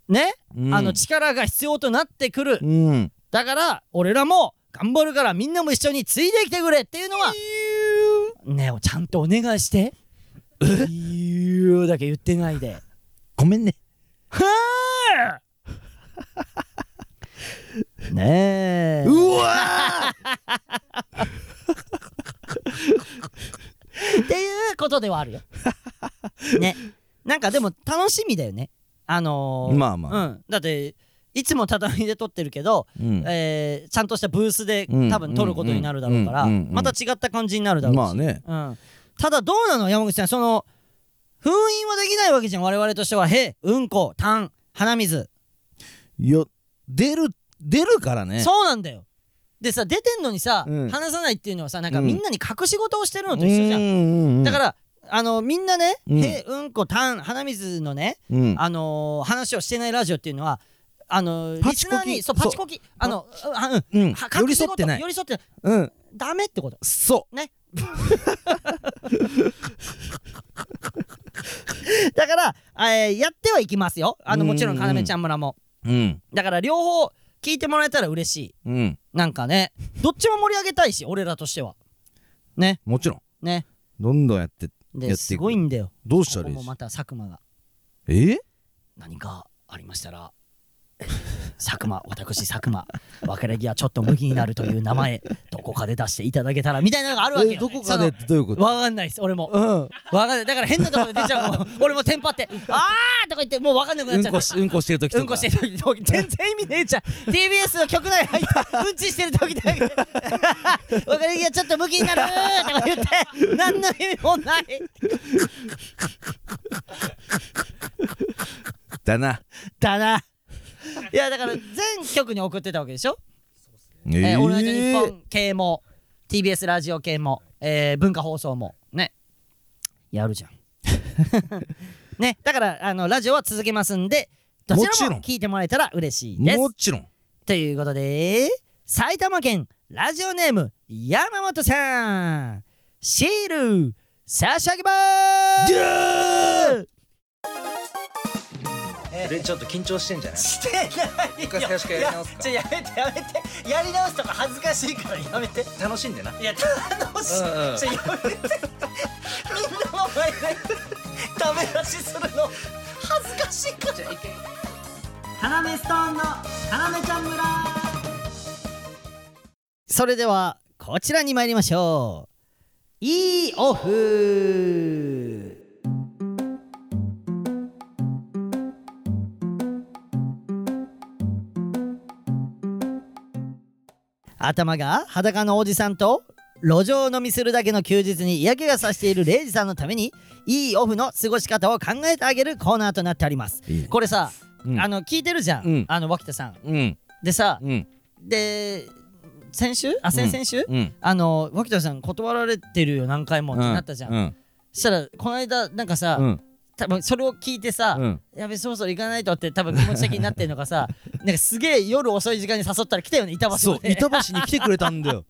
S1: ね、
S2: うん
S1: あの力が必要となってくる、
S2: うん
S1: だから俺らも頑張るからみんなも一緒についてきてくれっていうのはねえちゃんとお願いして「言う」だけ言ってないで
S2: ごめんね
S1: 「はあ!」ねえ
S2: うわ
S1: っていうことではあるよ。ね。なんかでも楽しみだよね。あのー、
S2: まあまあ
S1: うん。だって、いつも畳で撮ってるけど、
S2: ーうん
S1: えーちゃんとしたブースで
S2: うん
S1: 多分撮ることになるだろうから、
S2: うんうんうん
S1: また違った感じになるだろうし。
S2: まあね
S1: うん。ただどうなの山口さん、その、封印はできないわけじゃん、我々としては。へ、うんこ、たん、鼻水。
S2: いや出る出るからね
S1: そうなんだよ。でさ、出てんのにさ、
S2: うん
S1: 話さないっていうのはさ、なんか
S2: うん
S1: みんなに隠し事をしてるの
S2: う
S1: と一緒じゃん。
S2: ん
S1: だからら、あのみんなね、
S2: うん
S1: へうんこたん鼻水のね、
S2: うん
S1: あのー話をしてないラジオっていうのはあのー
S2: パ
S1: リ
S2: チ
S1: ス
S2: コキ
S1: ナーにそうパチコキあのあうん
S2: うん
S1: は
S2: 寄り添ってない
S1: 隠し事寄り添ってない
S2: うん
S1: ダメってこと
S2: そ
S1: だから、えーやってはいきますよあのもちろん
S2: うん
S1: 要ちゃん村も、
S2: うん。
S1: だから両方聞いてもらえたら嬉しい。
S2: うん。
S1: なんかね、どっちも盛り上げたいし、俺らとしては。ね、
S2: もちろん。
S1: ね。
S2: どんどんやって、
S1: で、
S2: やっていく
S1: すごいんだよ。
S2: どうした
S1: こ
S2: ら
S1: こ
S2: いい
S1: も
S2: し
S1: また佐久間が
S2: え
S1: 何かありましたら、 えー佐久間、私佐久間、別れ際ちょっと麦になるという名前、どこかで出していただけたらみたいなのがあるわけ
S2: え
S1: よ。
S2: どこかでってどういうこ
S1: そ
S2: と
S1: のわかんないです、俺も。
S2: うん。
S1: わかんない。だから変なところで出ちゃうもん。俺もテンパって、あーとか言って、もうわかんなくな
S2: う
S1: っ
S2: ん
S1: ちゃう。
S2: こし、うんこしてる時とか。
S1: うんこしてる時時全然意味ねえじゃん TBS の局内入ったうんちしてる時だけわかりやちょっとムキになるーとか言って何の意味もない
S2: だな。
S1: だないやだから全局に送ってたわけでしょ
S2: え
S1: 「えー、オールナイトニッポ
S2: ー
S1: ン」系も TBS ラジオ系も、えー文化放送もねやるじ ゃんねだからあのラジオは続けますんでどち
S2: もち
S1: ら
S2: ろ
S1: も
S2: ん
S1: 聞いてもらえたら嬉しいです
S2: もちろん。
S1: ということで埼玉県ラジオネーム山本さんシール差し上げまーす
S5: えちょっと緊張してんじゃない
S1: してない
S5: 一回差し替えやり直すか
S1: いやちょやめてやめてやり直すとか恥ずかしいからやめて
S5: 楽しんでない
S1: や楽しい、
S5: うんうん
S1: ちょやめてみんなの前でダメ出しするの恥ずかしいから
S5: じゃあ一回
S1: カナメストーンのカナメちゃん村それではこちらに参りましょういいオフ頭が裸のおじさんと路上飲みするだけの休日に嫌気がさしているレイジさんのためにいいオフの過ごし方を考えてあげるコーナーとなっております
S2: いいね
S1: これさ
S2: うん
S1: あの聞いてるじゃん、
S2: うん
S1: あの脇田さん。
S2: うん。
S1: でさ、
S2: うん。
S1: で先週あ先々週、
S2: うん。
S1: あの脇田さん断られてるよ何回もってなったじゃん、
S2: うん。
S1: そしたらこの間なんかさ、
S2: うん。
S1: 多分それを聞いてさ、
S2: うん。
S1: やべそろそろ行かないとって多分気持ち的になってるのが さなんかすげえ夜遅い時間に誘ったら来たよね板橋まで
S2: そう、板橋に来てくれたんだよ。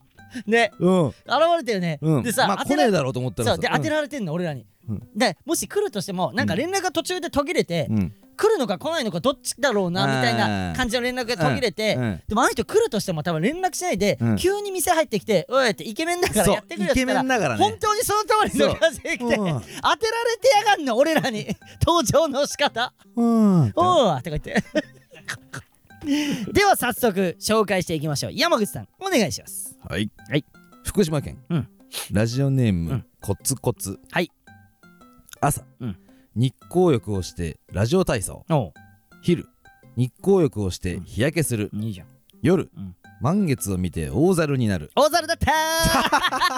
S1: ね
S2: うん。
S1: 現れたよね、
S2: うん。
S1: でさ、
S2: まあ
S1: 当て
S2: 来
S1: ら
S2: ねえだろうと思ったら
S1: そ
S2: さ。
S1: うで当てられてんの、俺らに、
S2: うん
S1: でもし来るとしてもなんか連絡が途中で途切れて、
S2: うん。
S1: 来るのか来ないのかどっちだろうなみたいな感じの連絡が途切れて、
S2: うん
S1: でもあの人来るとしても多分連絡しないで、
S2: うん
S1: 急に店入ってきて「おい」ってイケメンだから
S2: そう
S1: やってくるやつ
S2: イケメンだからね
S1: 本当にその通りの感じで来て、
S2: そう
S1: 当て
S2: うん
S1: られてやがんの俺ら に登場の仕方
S2: うん。うん。
S1: おーとか言 ってでは早速紹介していきましょう山口さんお願いします
S2: はい。
S1: はい。
S2: 福島県。
S1: うん
S2: ラジオネー
S1: う
S2: ム
S1: ん、
S2: コツコツ。
S1: はい。
S2: 朝
S1: うん。
S2: 日光浴をして、ラジオ体操。
S1: お
S2: 昼。日光浴をし
S1: う
S2: て
S1: ん
S2: 日焼けする。
S1: いいじゃん
S2: 夜
S1: うん。
S2: 満月を見て大猿になる。
S1: 大猿だった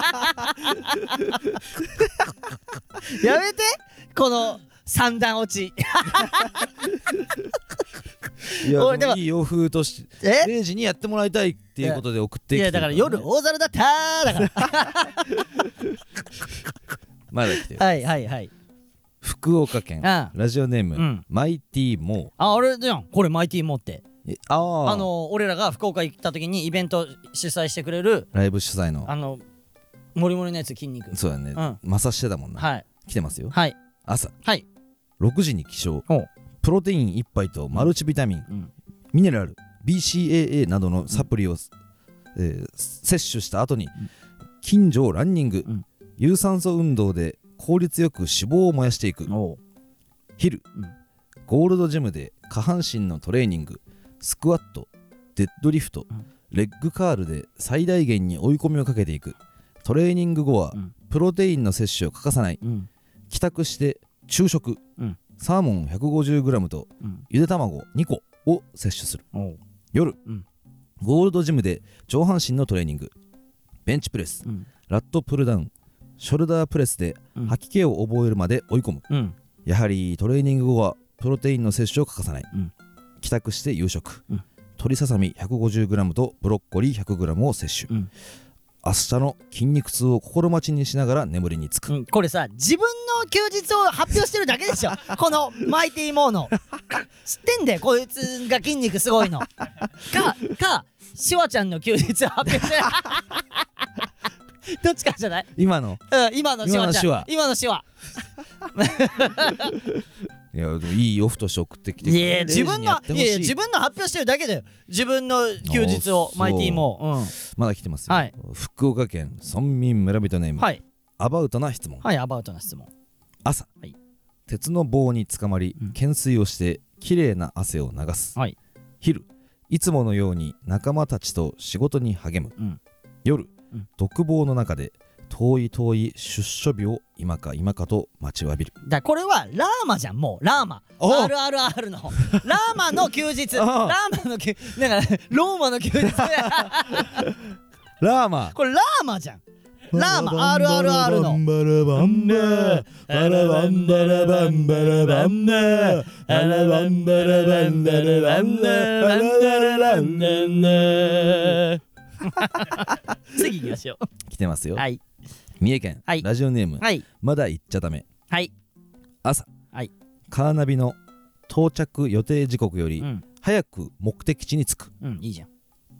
S1: ー やめてこの三段落ち
S2: いや
S1: 俺で
S2: で
S1: も
S2: もいい洋風として
S1: え
S2: 0時にやってもらいたいっていうことで送って
S1: い
S2: きて
S1: や
S2: る
S1: だから
S2: ね
S1: 夜大猿だったーだか
S2: まだ来てる
S1: らはいはいはい
S2: 福岡県
S1: ああ
S2: ラジオネーム、
S1: うん
S2: マイティモ
S1: ああれじゃんこれマイティモって
S2: ーえあ
S1: あ
S2: あ
S1: の俺らが福岡行った時にイベント主催してくれる
S2: ライブ主催の
S1: あのモリモリのやつ筋肉
S2: そうだね、
S1: うん
S2: 摩擦してたもんな、
S1: はい
S2: 来てますよ
S1: はい
S2: 朝
S1: はい
S2: 6時に起床
S1: ほう
S2: プロテイン1杯とマルチビタミン、
S1: うん
S2: ミネラル BCAA などのサプリを、えー摂取した後に近所をランニング、
S1: うん
S2: 有酸素運動で効率よく脂肪を燃やしていく
S1: おう
S2: 昼、
S1: うん
S2: ゴールドジムで下半身のトレーニングスクワットデッドリフト、
S1: うん
S2: レッグカールで最大限に追い込みをかけていくトレーニング後は、
S1: うん
S2: プロテインの摂取を欠かさない
S1: うん
S2: 帰宅して昼食、
S1: うん
S2: サーモン 150g と
S1: うん
S2: ゆで卵2個を摂取する
S1: おう
S2: 夜、
S1: うん
S2: ゴールドジムで上半身のトレーニングベンチプレス
S1: うん
S2: ラットプルダウンショルダープレスで
S1: うん
S2: 吐き気を覚えるまで追い込む
S1: うん
S2: やはりトレーニング後はプロテインの摂取を欠かさない、
S1: うん
S2: 帰宅して夕食、
S1: うん
S2: 鶏ささみ 150g とブロッコリー 100g を摂取、
S1: うん
S2: 明日の筋肉痛を心待ちにしながら眠りにつく、
S1: うん、これさ自分の休日を発表してるだけで しょこのマイティモーの知ってんだよこいつが筋肉すごい のかかシワちゃんの休日を発表して るどっちかじゃない
S2: 今の
S1: うん、今のシワちゃん
S2: 今のシワ
S1: 今のシワ
S2: いいやでもいいオフとして送ってきて
S1: いや自分の
S2: やって
S1: い
S2: ほ
S1: や
S2: し
S1: いや自分の発表してるだけだよ自分の休日
S2: あ
S1: を
S2: そう
S1: マイティも、
S2: まだ来てますよ、
S1: はい
S2: 福岡県村民村人ネー
S1: うん、
S2: ム、
S1: はい
S2: アバウトな質問、
S1: はいアバウトな質問
S2: 朝、
S1: はい
S2: 鉄の棒につかまり
S1: うん
S2: 懸垂をして綺麗な汗を流す、
S1: はい
S2: 昼いつものように仲間たちと仕事に励む、
S1: うん
S2: 夜、
S1: うん
S2: 独房の中で遠い遠い出所日を今か今かと待ちわびる
S1: だからこれはラーマじゃんもうラーマ
S2: お
S1: RRR のラーマの休日ラ
S2: お
S1: ーマの休なんかローマの休 日
S2: ラーマ
S1: これラーマじゃんラーマ RRR の
S2: バラバンバラバラバンバラバンバラバンバラバラバンバラバンバラバンバラバラバラバンバラ
S1: 次行きましょ
S2: 来てます
S1: う
S2: よ
S1: はい
S2: 三重県
S1: はい
S2: ラジオネーム
S1: はい
S2: まだ行っちゃダメ
S1: はい
S2: 朝
S1: はい
S2: カーナビの到着予定時刻よ
S1: う
S2: り
S1: ん
S2: 早く目的地に着く
S1: うんいいじゃん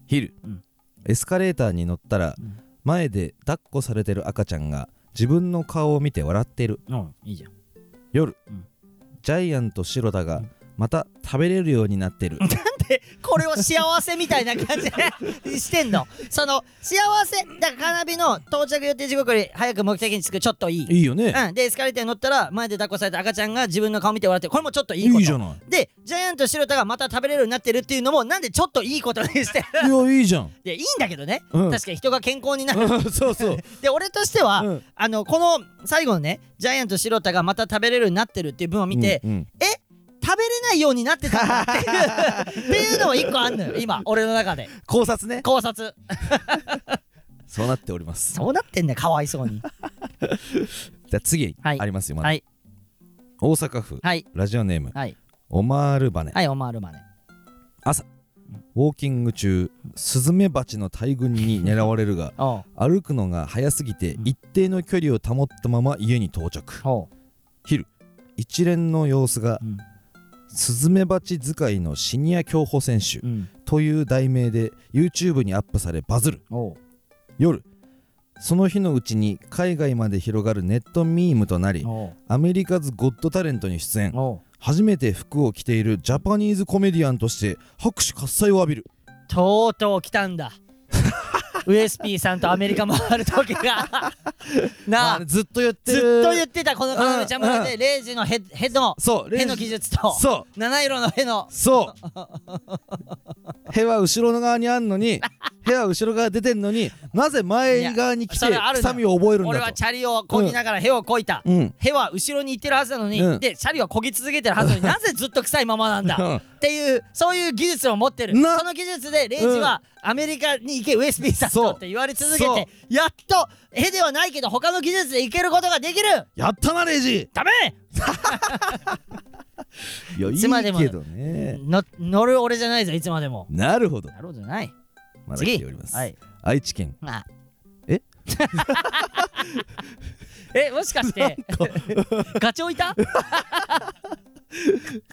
S2: 昼
S1: うん
S2: エスカレーターに乗ったら
S1: うん
S2: 前で抱っこされてる赤ちゃんが自分の顔を見て笑ってる
S1: うんいいじゃん
S2: 夜、
S1: うん
S2: ジャイアンと白田
S1: う
S2: が
S1: ん
S2: また食べれるように なってる
S1: これを幸せみたいな感じでしてんのその幸せだからカーナビの到着予定時刻より早く目的に着くちょっといい
S2: いいよね
S1: うん、でエスカレーターに乗ったら前で抱っこされた赤ちゃんが自分の顔見て笑ってるこれもちょっとい
S2: い
S1: いこと
S2: いじゃ ない
S1: でジャイアント白田がまた食べれるようになってるっていうのもなんでちょっといいことにして
S2: いやいいじゃん、
S1: でいいんだけどね、
S2: うん、
S1: 確かに人が健康になる、
S2: うん そうそう、
S1: で俺としては、
S2: うん、
S1: あのこの最後のねジャイアント白田がまた食べれるようになってるっていう分を 見て、
S2: うんうん
S1: 食べれないようになってたんだ っていうっていうのも一個あんのよ今俺の中で
S2: 考察ね
S1: 考察
S2: そうなっております
S1: そうなってんねかわいそうに
S2: じゃあ次、
S1: はい
S2: ありますよまだ、
S1: はい
S2: 大阪府
S1: はい
S2: ラジオネーム、
S1: はい
S2: オマールバネ、
S1: はいオマールマネ
S2: ウォーキング中スズメバチの大群に狙われるが
S1: おう
S2: 歩くのが早すぎて
S1: うん
S2: 一定の距離を保ったまま家に到着
S1: おう
S2: 一連の様子が
S1: うん
S2: スズメバチ使いのシニア競歩選手
S1: うん
S2: という題名で YouTube にアップされバズる
S1: おう
S2: 夜その日のうちに海外まで広がるネットミームとなり
S1: おう
S2: アメリカズ・ゴッド・タレントに出演
S1: おう
S2: 初めて服を着ているジャパニーズコメディアンとして拍手喝采を浴びる
S1: とうとう来たん だウエスピーさんとアメリカ回る時 がなあ
S2: あずっと言って
S1: ずっ
S2: る
S1: と言ってたこのカナメちゃん村でレイジのヘッヘッドの
S2: そう
S1: ヘの技術と
S2: そう
S1: 七色のヘの
S2: そう へは後ろの側にあんの にへは後ろ側出てんのになぜ前側に来て
S1: いやそれあるの
S2: 臭みを覚えるん
S1: 俺は
S2: だと
S1: チャリをこぎながらヘをこいた、
S2: うん
S1: ヘは後ろに行ってるはずなのに、
S2: うん
S1: でチャリはこぎ続けてるはずなのになぜずっと臭いままな んだ
S2: うん
S1: っていうそういう技術を持ってる
S2: な
S1: その技術でレイジはアメリカに行けウエスピーさんと
S2: そう
S1: って言われ続け
S2: そう
S1: てやっとヘではないけど他の技術で行けることができる
S2: やったなレイジ
S1: ダメ
S2: いやい
S1: いつまで
S2: い
S1: も
S2: けどね
S1: の乗る俺じゃないぞいつまでも
S2: なるほど
S1: なるほどじゃない
S2: まだ
S1: 次
S2: 来ております、
S1: はい
S2: 愛知県
S1: あ
S2: え
S1: えもしかして ガチョウいたも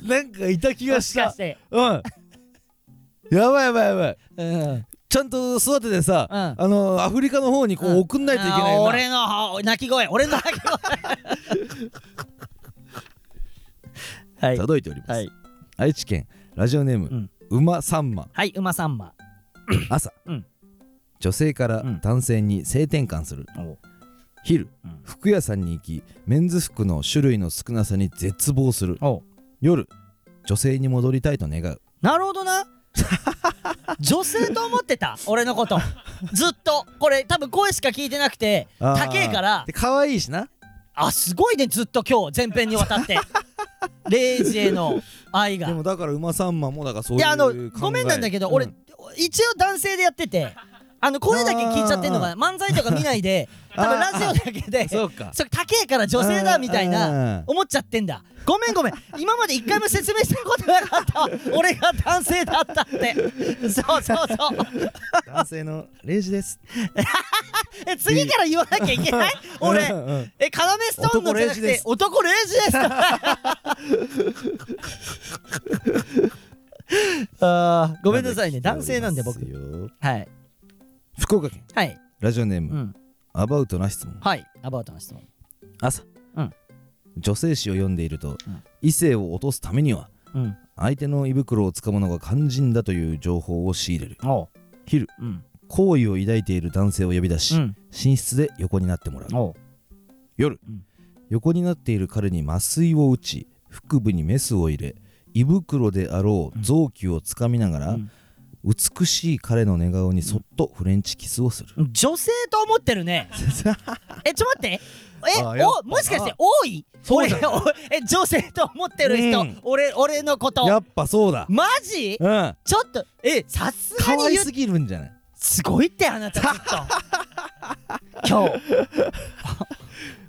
S2: なんかいた気がし
S1: しか
S2: た
S1: して
S2: うんやばいやばいやばい
S1: うん
S2: ちゃんと育ててさ、
S1: うん
S2: あのアフリカの方にこう
S1: うん
S2: 送んないといけない
S1: あー
S2: な、
S1: 俺の泣き声俺の泣き 声はい
S2: 届いております、
S1: はい
S2: 愛知県ラジオネーム、
S1: うん
S2: 馬さん ま
S1: はい馬さんま
S2: 朝、
S1: うん
S2: 女性から
S1: うん
S2: 男性に性転換する、
S1: お
S2: 昼、
S1: うん
S2: 服屋さんに行きメンズ服の種類の少なさに絶望する
S1: お
S2: 夜女性に戻りたいと願う
S1: なるほどな 女性と思ってた俺のことずっとこれ多分声しか聞いてなくて
S2: あー
S1: 高えから
S2: で可愛いしな
S1: あすごいねずっと今日全編にわたって レイジへの愛が
S2: でもだから馬さんまもだからそう
S1: い
S2: いう
S1: やあの
S2: 考え
S1: ごめんなんだけど、
S2: う
S1: 俺一応男性でやっててあの声だけ聞いちゃってんのが漫才とか見ない で
S2: あー
S1: 多分ラジオだけで
S2: そうか
S1: それ高えから女性だみたい
S2: うん
S1: な思っちゃってんだごめんごめん今まで一回も説明したことなかったわ俺が男性だったってそうそうそう
S2: 男性のレイジです
S1: え次から言わなきゃいけない
S2: うん
S1: 俺
S2: うん
S1: えカナメストーンのじゃなく
S2: 男レイジで
S1: て
S2: す
S1: 男レイジですから あーごめんなさいね男性なんで僕
S2: 来ておりますよ
S1: はい
S2: 福岡県
S1: はい
S2: ラジオネーム、
S1: うん、
S2: アバウトな質問
S1: はい、アバウトの質問。
S2: 朝、
S1: うん
S2: 女性誌を読んでいると、
S1: ん
S2: 異性を落とすためには
S6: うん
S2: 相手の胃袋を掴むのが肝心だという情報を仕入れる
S6: おう
S2: 昼
S6: うん
S2: 好意を抱いている男性を呼び出
S6: う
S2: し、
S6: ん
S2: 寝室で横になってもらう
S6: おう
S2: 夜、
S6: うん
S2: 横になっている彼に麻酔を打ち腹部にメスを入れ胃袋であろう臓器をつかみながら、
S6: うん
S2: 美しい彼の寝顔にそっとフレンチキスを する、
S1: 女性と思ってるねえちょっと待ってえ
S2: あやっぱ
S1: おもしかして多い俺おえ女性と思ってる人、
S2: うん
S1: 俺俺のこと
S2: やっぱそうだ
S1: マジ
S2: うん
S1: ちょっとえさすが
S2: 可
S1: に
S2: 愛
S1: 言う
S2: すぎるんじゃない
S1: すごいってあ なたちょっと今日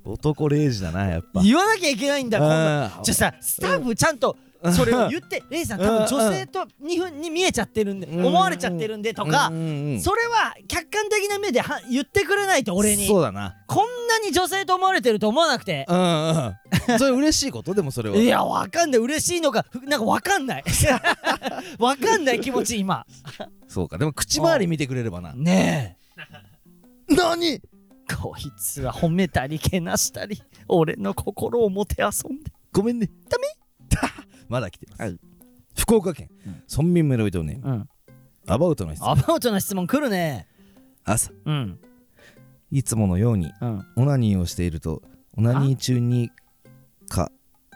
S2: 男0時だなやっぱ
S1: 言わなきゃいけないんだこんな
S2: うん
S1: じゃあさスタッフちゃんとそれを言ってレイさん多分女性とにふに見えちゃってるんで
S2: うん
S1: 思われちゃってるんでとか
S2: うんうんうん
S1: それは客観的な目では言ってくれないと俺に
S2: そうだな
S1: こんなに女性と思われてると思わなくて
S2: うん うんそれ嬉しいことでもそれはい
S1: やわかんない嬉しいのかふなんかわかんない わかんない気持ち今
S2: そうかでも口周り見てくれればな
S1: ね
S2: 何
S1: えこいつは褒めたりけなしたり俺の心をもてあそんで
S2: ごめんねダメ まだ来てます、福岡県、村民村人ね、
S6: うん
S2: アバウトの質問
S1: アバウトな質問来るね
S2: 朝
S6: うん
S2: いつものように
S6: うん
S2: オナニーをしているとオナニー中にか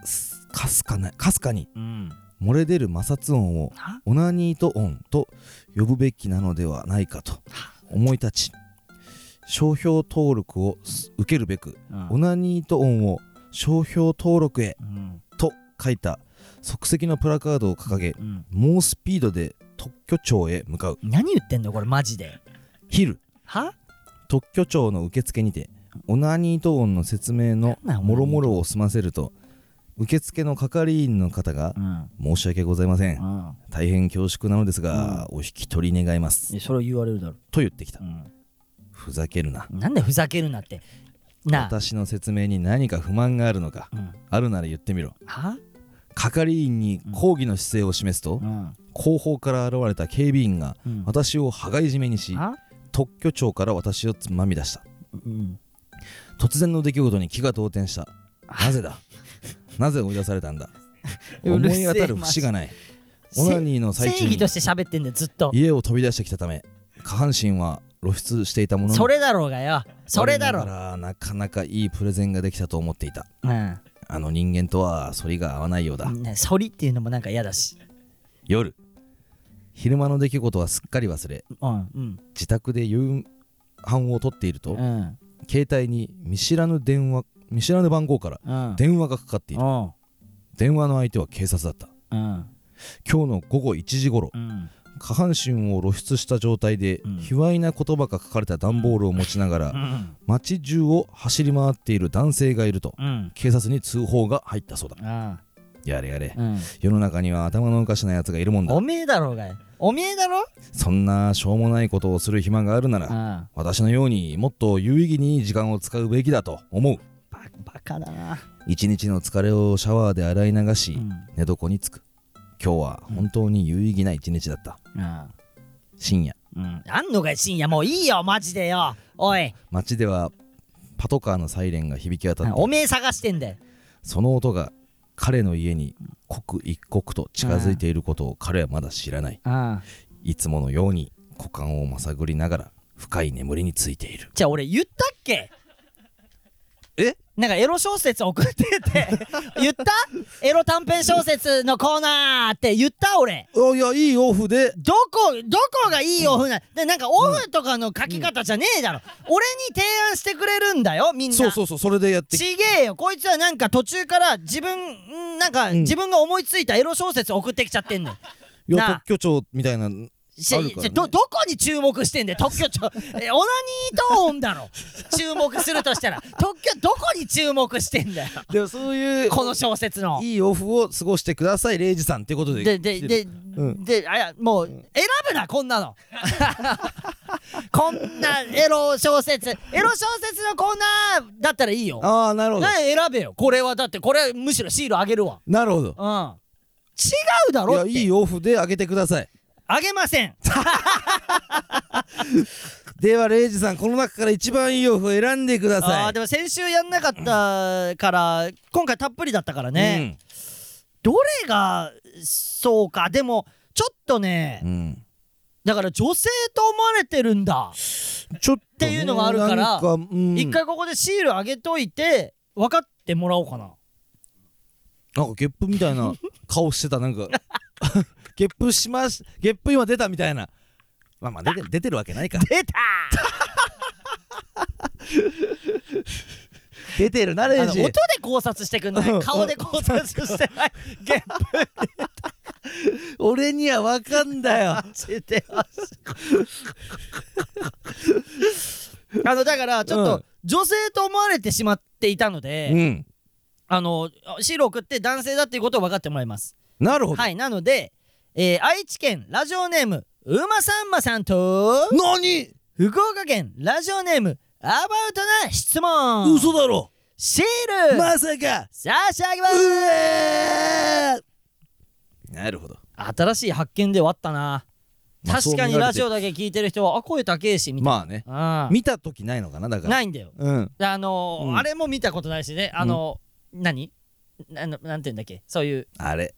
S2: すかすかなかすかに
S6: うん
S2: 漏れ出る摩擦音を
S1: あ
S2: オナニーと音と呼ぶべきなのではないかと思い立ち商標登録をす受けるべくオナニーと音を商標登録へ
S6: うん
S2: と書いた即席のプラカードを掲げ
S6: うん
S2: 猛スピードで特許庁へ向かう
S1: 何言ってんのこれマジで
S2: 昼
S1: は
S2: 特許庁の受付にてオナニートーンの説明の
S1: なんなん
S2: もろもろを済ませると受付の係員の方が
S6: うん
S2: 「申し訳ございませ
S6: うんん
S2: 大変恐縮なのですがお引き取り願います
S6: いやそれは言われるだろ」
S2: と言ってきた
S6: ううん
S2: ふざけるな
S1: なんでふざけるなってなあ
S2: 私の説明に何か不満があるのか
S6: うん
S2: あるなら言ってみろ
S1: は
S2: 係員に抗議の姿勢を示すと
S6: うん
S2: 後方から現れた警備員が
S6: うん
S2: 私を羽交い締めにし
S1: あ
S2: 特許庁から私をつまみ出した
S6: うん
S2: 突然の出来事に気が動転したなぜだなぜ追い出されたんだ
S1: うる
S2: 思
S1: せえ
S2: い当たる節がないオナニーの
S1: 正
S2: 最中
S1: 義
S2: に
S1: として喋ってんだよずっと
S2: 家を飛び出してきたため下半身は露出していたものの
S1: それだろうがよそれだろ
S2: 我ながらなかなかいいプレゼンができたと思っていた
S1: うん
S2: あの人間とは反りが合わないようだ、
S1: ね反りっていうのもなんか嫌だし
S2: 夜昼間の出来事はすっかり忘れ
S6: うんうん
S2: 自宅で夕飯を取っていると
S6: うん
S2: 携帯に見知らぬ電話見知らぬ番号から
S6: うん
S2: 電話がかかっている
S6: おう
S2: 電話の相手は警察だった
S6: うん
S2: 今日の午後1時頃
S6: うん
S2: 下半身を露出した状態で、
S6: うん
S2: 卑猥な言葉が書かれた段ボールを持ちながら、
S6: うん
S2: 街中を走り回っている男性がいると
S6: うん
S2: 警察に通報が入ったそうだ
S6: あ
S2: やれやれ
S6: あうん
S2: 世の中には頭のおかしなやつがいるもんだ
S1: おめえだろうがよおめえだろ
S2: そんなしょうもないことをする暇があるなら
S6: あ
S2: 私のようにもっと有意義に時間を使うべきだと思う
S1: ババカだな
S2: 一日の疲れをシャワーで洗い流し、
S6: うん
S2: 寝床につく今日は本当に有意義な一日だった
S6: あ
S2: 深夜
S6: うん
S1: あんのかよ深夜もういいよマジでよおい
S2: 街ではパトカーのサイレンが響き渡って
S1: おめえ探してんだよ
S2: その音が彼の家に刻一刻と近づいていることを彼はまだ知らない
S6: ああ
S2: いつものように股間をまさぐりながら深い眠りについている
S1: じゃあ俺言ったっけ
S2: え
S1: なんかエロ小説送ってて 言ったエロ短編小説のコーナーって言った俺
S2: あいやいいオフで
S1: どこどこがいいオフなでなんかオフとかの書き方じゃねえだろ、俺に提案してくれるんだよみんな
S2: そうそうそうそれでやって
S1: ちげえよこいつはなんか途中から自分んなんか
S2: うん
S1: 自分が思いついたエロ小説送ってきちゃってんのよ
S2: いや
S1: なあ
S2: 特許庁みたいな
S1: し
S2: あるからね
S1: どどこに注目してんだよ特許庁 えオナニートーンだろ 注目するとしたら特許どこに注目してんだよ
S2: でもそういう
S1: この小説の
S2: いいオフを過ごしてくださいレイジさんってことで
S1: ででで、
S2: うん
S1: であやもう選ぶなこんなの こんなエロ小説エロ小説のコーナーだったらいいよ
S2: ああなるほど
S1: 何選べよこれはだってこれむしろシールあげるわ
S2: なるほど
S1: うん違うだ
S2: い
S1: ろ
S2: や
S1: って
S2: いいオフであげてください
S1: あげません
S2: ではレイジさんこの中から一番いいオフを選んでくだ
S1: あ
S2: さ
S1: ー
S2: い
S1: でも先週やんなかったから今回たっぷりだったからね、どれがそうかでもちょっとね
S2: うん
S1: だから女性と思われてるんだ
S2: ちょっとね
S1: っていうのがあるから
S2: なんかうん
S1: 一回ここでシールあげといて分かってもらおうかな
S2: なんかゲップみたいな 顔してたなんか ゲップしますゲップ今出たみたいなまあまあ出て出てるわけないか
S1: 出た
S2: 出てるな
S1: あ
S2: レイ
S1: の
S2: ジ
S1: 音で考察してくんな
S2: うん
S1: い顔で考察してないゲップ
S2: 俺にはわかんだ よ
S1: して てますあのだからちょっ
S2: うん
S1: と女性と思われてしまっていたので、
S2: うん
S1: あのシールを送って男性だっていうことを分かってもらいます
S2: なるほど
S1: はいなので、えー愛知県ラジオネームうまさんまさんと
S2: 何
S1: 福岡県ラジオネームアバウトな質問
S2: 嘘だろ
S1: シール、
S2: まさか
S1: 差し上げま
S2: う
S1: す
S2: えーなるほど
S1: 新しい発見ではあったな、
S2: まあ
S1: 確かにラジオだけ聞いてる人はあ声高えしみたいな、
S2: まあね
S1: あ
S2: 見た時ないのかなだから
S1: ないんだよ
S2: うん
S1: であのー
S2: うん
S1: あれも見たことないしねあのー何なななんて言うんだっけそういう
S2: あれ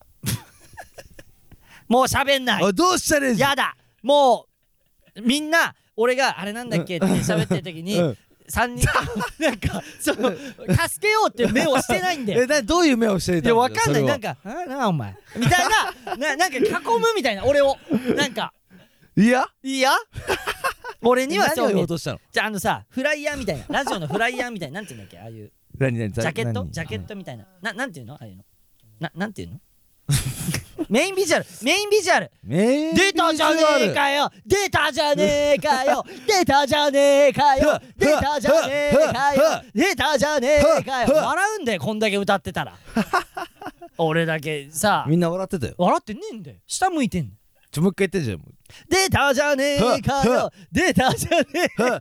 S1: もう喋んない
S2: おいどうしたレイジ
S1: やだもうみんな俺があれなんだっけって喋ってる時に、
S2: うん
S1: 3人なんかその助けようっていう目をしてないんだ
S2: え
S1: よ
S2: などういう目をしてい
S1: い
S2: た
S1: や
S2: の
S1: わかんない
S2: それ
S1: な
S2: は
S1: んか「あなあお前」みたいな ななんか囲むみたいな俺をなんか
S2: いや
S1: 「いいや 俺には
S2: 何
S1: そ
S2: を
S1: う
S2: 言
S1: 見え
S2: おうとしたの
S1: じゃああのさフライヤーみたいなラジオのフライヤーみたいななんて言うんだっけああいう
S2: 何何
S1: ジャケット
S2: 何
S1: ジャケットみたいなななんていうのああいうのななんていうの メインビジュアルメインビジュアル
S2: メイン
S1: 出たじゃねえかよ出たじゃねえかよ出たじゃねえかよ出たじゃねえかよ出たじゃねえかよ
S2: ふっふっ
S1: 笑うんだよこんだけ歌って たら俺だけさ
S2: みんな笑ってたよ
S1: 笑ってねえんだよ下向いてんの
S2: ちょもう一回言ってじゃんもう
S1: 出たじゃねえか
S2: ふっふ
S1: よ出たじゃねえか
S2: は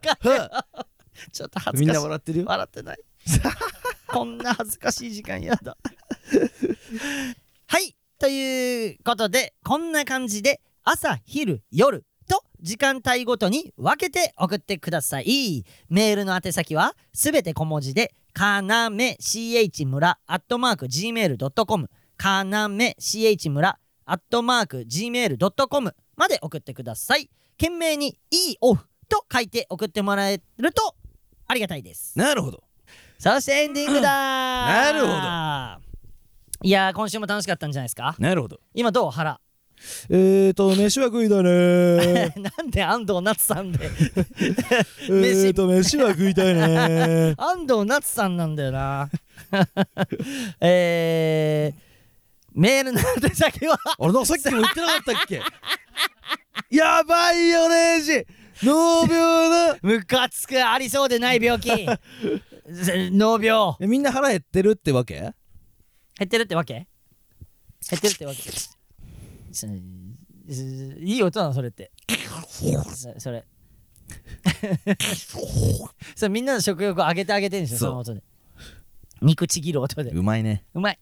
S2: は
S1: ちょっと恥
S2: み
S1: ず
S2: ん
S1: かし
S2: ない笑ってる よ
S1: 笑ってない こんな恥ずかしい時間やだはいということでこんな感じで朝昼夜と時間帯ごとに分けて送ってくださいメールの宛先はすべて小文字でかなめ CH 村アットマーク Gmail.com かなめ CH 村アットマーク Gmail.com まで送ってください懸命に「いいオフ」と書いて送ってもらえるとありがたいです
S2: なるほど
S1: そしてエンディングだな
S2: るほ
S1: どいやー今週も楽しかったんじゃないですか
S2: なるほど
S1: 今どう腹
S2: えーと飯は食いだね ー
S1: なんで安藤夏さん で
S2: えーと 飯は食いたいねー
S1: 安藤夏さんなんだよな えー、メールの宛先は
S2: あれなんかさっきも言ってなかったっけ やばいよレイジ脳病 の
S1: ムカつくありそうでない病気 ぜ脳病
S2: えみんな腹減ってるってわけ
S1: 減ってるってわけ減ってるってわけそいい音なのそれ ってそそれ それみんなの食欲を上げてあげてるんですよ
S2: そ
S1: そうの音で肉ちぎる音で
S2: うまいね
S1: うまい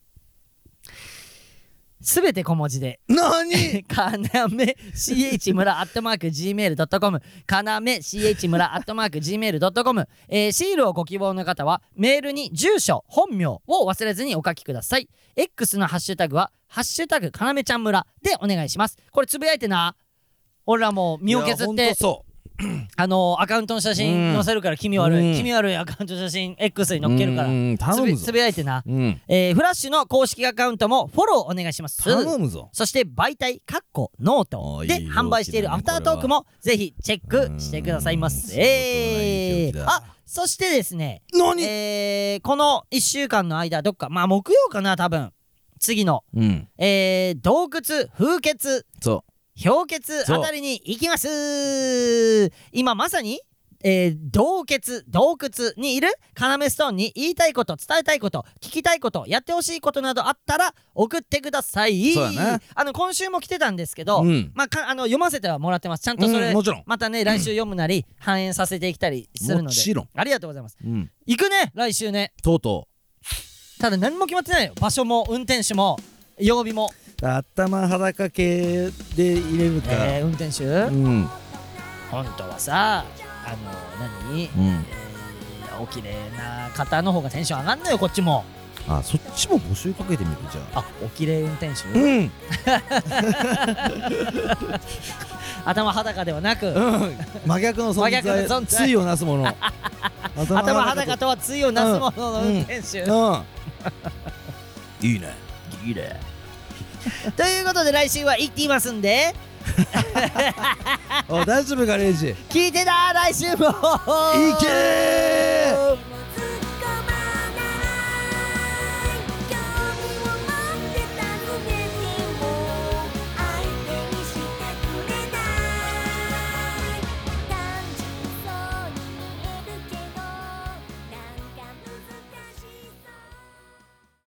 S1: すべて小文字で
S2: な
S1: かなめ CH 村アットマーク Gmail.com かなめ CH 村アットマーク Gmail.com、えーシールをご希望の方はメールに住所本名を忘れずにお書きください X のハッシュタグは「ハッシュタグかなめちゃん村」でお願いしますこれつぶやいてな俺らもう身を削っ
S2: いやほ
S1: て
S2: んとそ
S1: あのーアカウントの写真載せるから気味悪い、
S2: うん
S1: 気味悪いアカウント写真 X に
S2: う
S1: 載っけるから
S2: うん
S1: つ
S2: 頼
S1: ぶ
S2: む
S1: つ
S2: ぞ
S1: ぶやいてな、
S2: うん
S1: えーフラッシュの公式アカウントもフォローお願いします
S2: 頼むぞ
S1: そして媒体かっこノート
S2: あー
S1: で
S2: いい
S1: 販売しているアフタートークもぜひチェックしてくださいま
S2: う
S1: せ
S2: ん
S1: え
S2: 相当
S1: ー、
S2: な容器だ
S1: あそしてですね、
S2: 何
S1: えー、この1週間の間どっかまあ木曜かな多分次の、
S2: うん
S1: えー、洞窟風穴
S2: そ
S1: 氷結あたりに行きます今まさに、えー洞穴洞窟にいるカナメストーンに言いたいこと伝えたいこと聞きたいことやってほしいことなどあったら送ってください
S2: そうやね
S1: あの今週も来てたんですけ
S2: う
S1: ど、
S2: うん
S1: まあ、かあの読ませてはもらってますちゃんとそれ、
S2: うんもちろん
S1: またね来週読むなり反映させていきたりするので
S2: もちろん
S1: ありがとうございます
S2: うん
S1: 行くね来週ね
S2: とうと
S1: ただ何も決まってないよ場所も運転手も曜日も、
S2: う頭裸系で入れるか
S1: えー運転手、
S2: うん
S1: 本当はさあの何、
S2: うん
S1: えーお綺麗な方の方がテンション上がんのよこっちも
S2: あそっちも募集かけてみるじゃあ
S1: あおきれい運転手、
S2: うん
S1: 頭裸ではなく、
S2: うん真逆の
S1: 真逆の存在
S2: ついをなすも の
S1: 頭
S2: 頭
S1: 裸とはついをなすものの運転手、
S2: うんいいねいいね
S1: ということで来週は行っていますんで
S2: お大丈夫ガレージい
S1: 聞いてな来週も
S2: けー